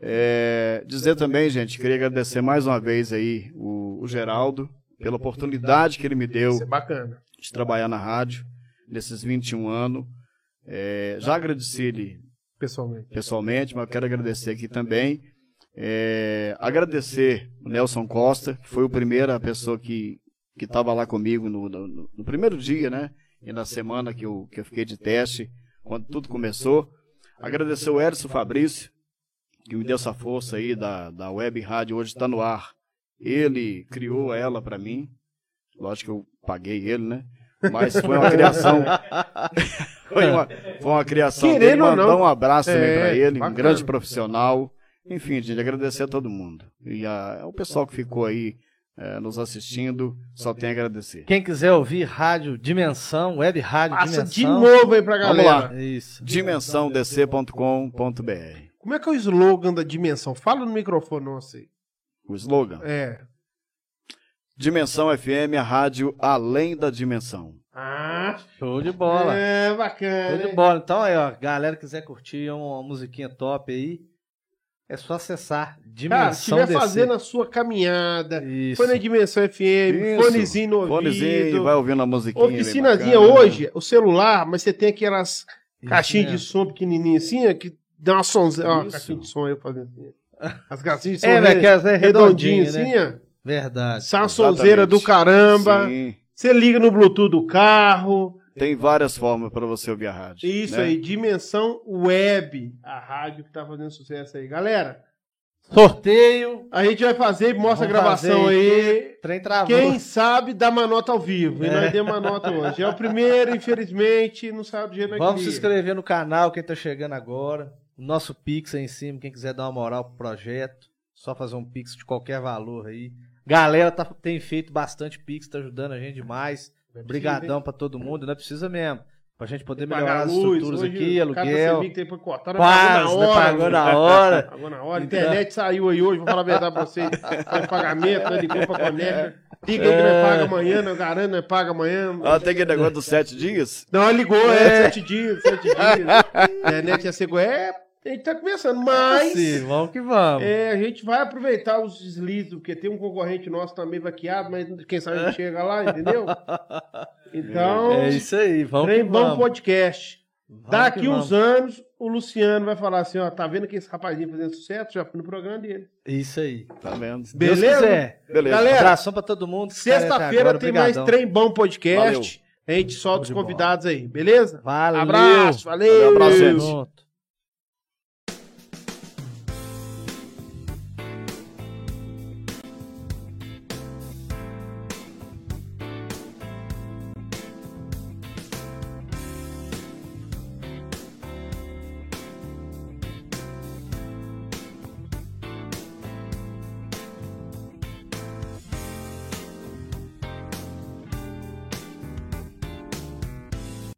É, dizer também, gente, queria agradecer mais uma vez aí o, o Geraldo pela oportunidade que ele me deu Isso é bacana. de trabalhar na rádio nesses 21 anos. um É, já agradeci ele pessoalmente. pessoalmente, mas eu quero agradecer aqui também. É, agradecer o Nelson Costa, que foi o primeiro, a pessoa que que estava lá comigo no, no- no primeiro dia, né? E na semana que eu, que eu fiquei de teste, quando tudo começou. Agradecer o Edson Fabrício, que me deu essa força aí da, da Web Rádio, hoje está no ar. Ele criou ela para mim. Lógico que eu paguei ele, né? Mas foi Então, é uma criação. foi, uma, foi uma criação dele. Querendo ou Mandar não. um abraço também É, para ele, um bacana. grande profissional. Enfim, gente, agradecer a todo mundo. E a, ao pessoal que ficou aí eh, nos assistindo, só tem a agradecer. Quem quiser ouvir Rádio Dimensão, Web Rádio Passa de Dimensão. é novo aí pra Vamos galera. Isso. dimensãodc.com.br Como é que é o slogan da dimensão? Fala no microfone, não sei. O slogan. É. Dimensão FM, a rádio além da dimensão. Ah, Show de bola. É, bacana. Show de hein? bola. Então aí, ó, galera quiser curtir uma musiquinha top aí, é só acessar Cara, se Dimensão estiver DC. fazendo a sua caminhada, Isso. foi na Dimensão FM, Isso. fonezinho no ouvido, Fonezinho, vai ouvindo a musiquinha. bem oficinazinha bacana. hoje, o celular, mas você tem aquelas Isso caixinhas de mesmo. som pequenininhas assim, ó, que dá uma sonzeira. Ó, Isso. caixinha de som eu fazendo assim. As caixinhas de som É, né, re- aquelas é redondinha, redondinhas né? assim, ó. Verdade. Sai uma Exatamente. sonzeira do caramba. Sim. Você liga no Bluetooth do carro. Tem várias formas para você ouvir a rádio. Isso né? aí, Dimensão Web, a rádio que tá fazendo sucesso aí. Galera, Sorteio, a gente vai fazer, mostra Vamos a gravação fazer. aí. trem travado. Quem sabe dá uma nota ao vivo. E É. nós demos uma nota hoje. É o primeiro, infelizmente, não sabe do jeito que nós Vamos se queria. inscrever no canal, quem tá chegando agora. Nosso Pix aí em cima, quem quiser dar uma moral pro projeto. Só fazer um Pix de qualquer valor aí. Galera tá, tem feito bastante Pix, tá ajudando a gente demais. Obrigadão pra todo mundo, não é precisa mesmo. Pra gente poder Pagar melhorar as luz, estruturas hoje aqui, o cara tá da aluguel. Semig tem pra cortar, nós Quase, né? Pagou na hora. Pagou na hora. A Então- internet saiu aí hoje, vou falar a verdade pra vocês. Faz pagamento, né? ligou É. pra Conecta. Liga aí que nós paga amanhã, nós garanto, nós paga amanhã. Ah, tem aquele negócio dos sete dias? Não, ligou, é, sete dias, sete dias. internet ia ser igual- é, a gente tá começando, mas... Sim, vamos que vamos. É, a gente vai aproveitar os deslizos, porque tem um concorrente nosso também vaqueado, mas quem sabe a gente chega lá, entendeu? Então, É isso aí, vamos que trem bom vamos. podcast. Vamos que Daqui vamos. uns anos, o Luciano vai falar assim, ó, tá vendo que esse rapazinho fazendo sucesso? Já fui no programa dele. Isso aí. Tá vendo? Se Deus Beleza? quiser. Beleza. Galera, Abração pra todo mundo. Esse cara tá Sexta-feira agora, tem mais brigadão. Trem Bom Podcast. A gente solta Show os de bola. convidados aí, beleza? Valeu. Abraço, valeu. Valeu, abraço, Tamo gente. junto.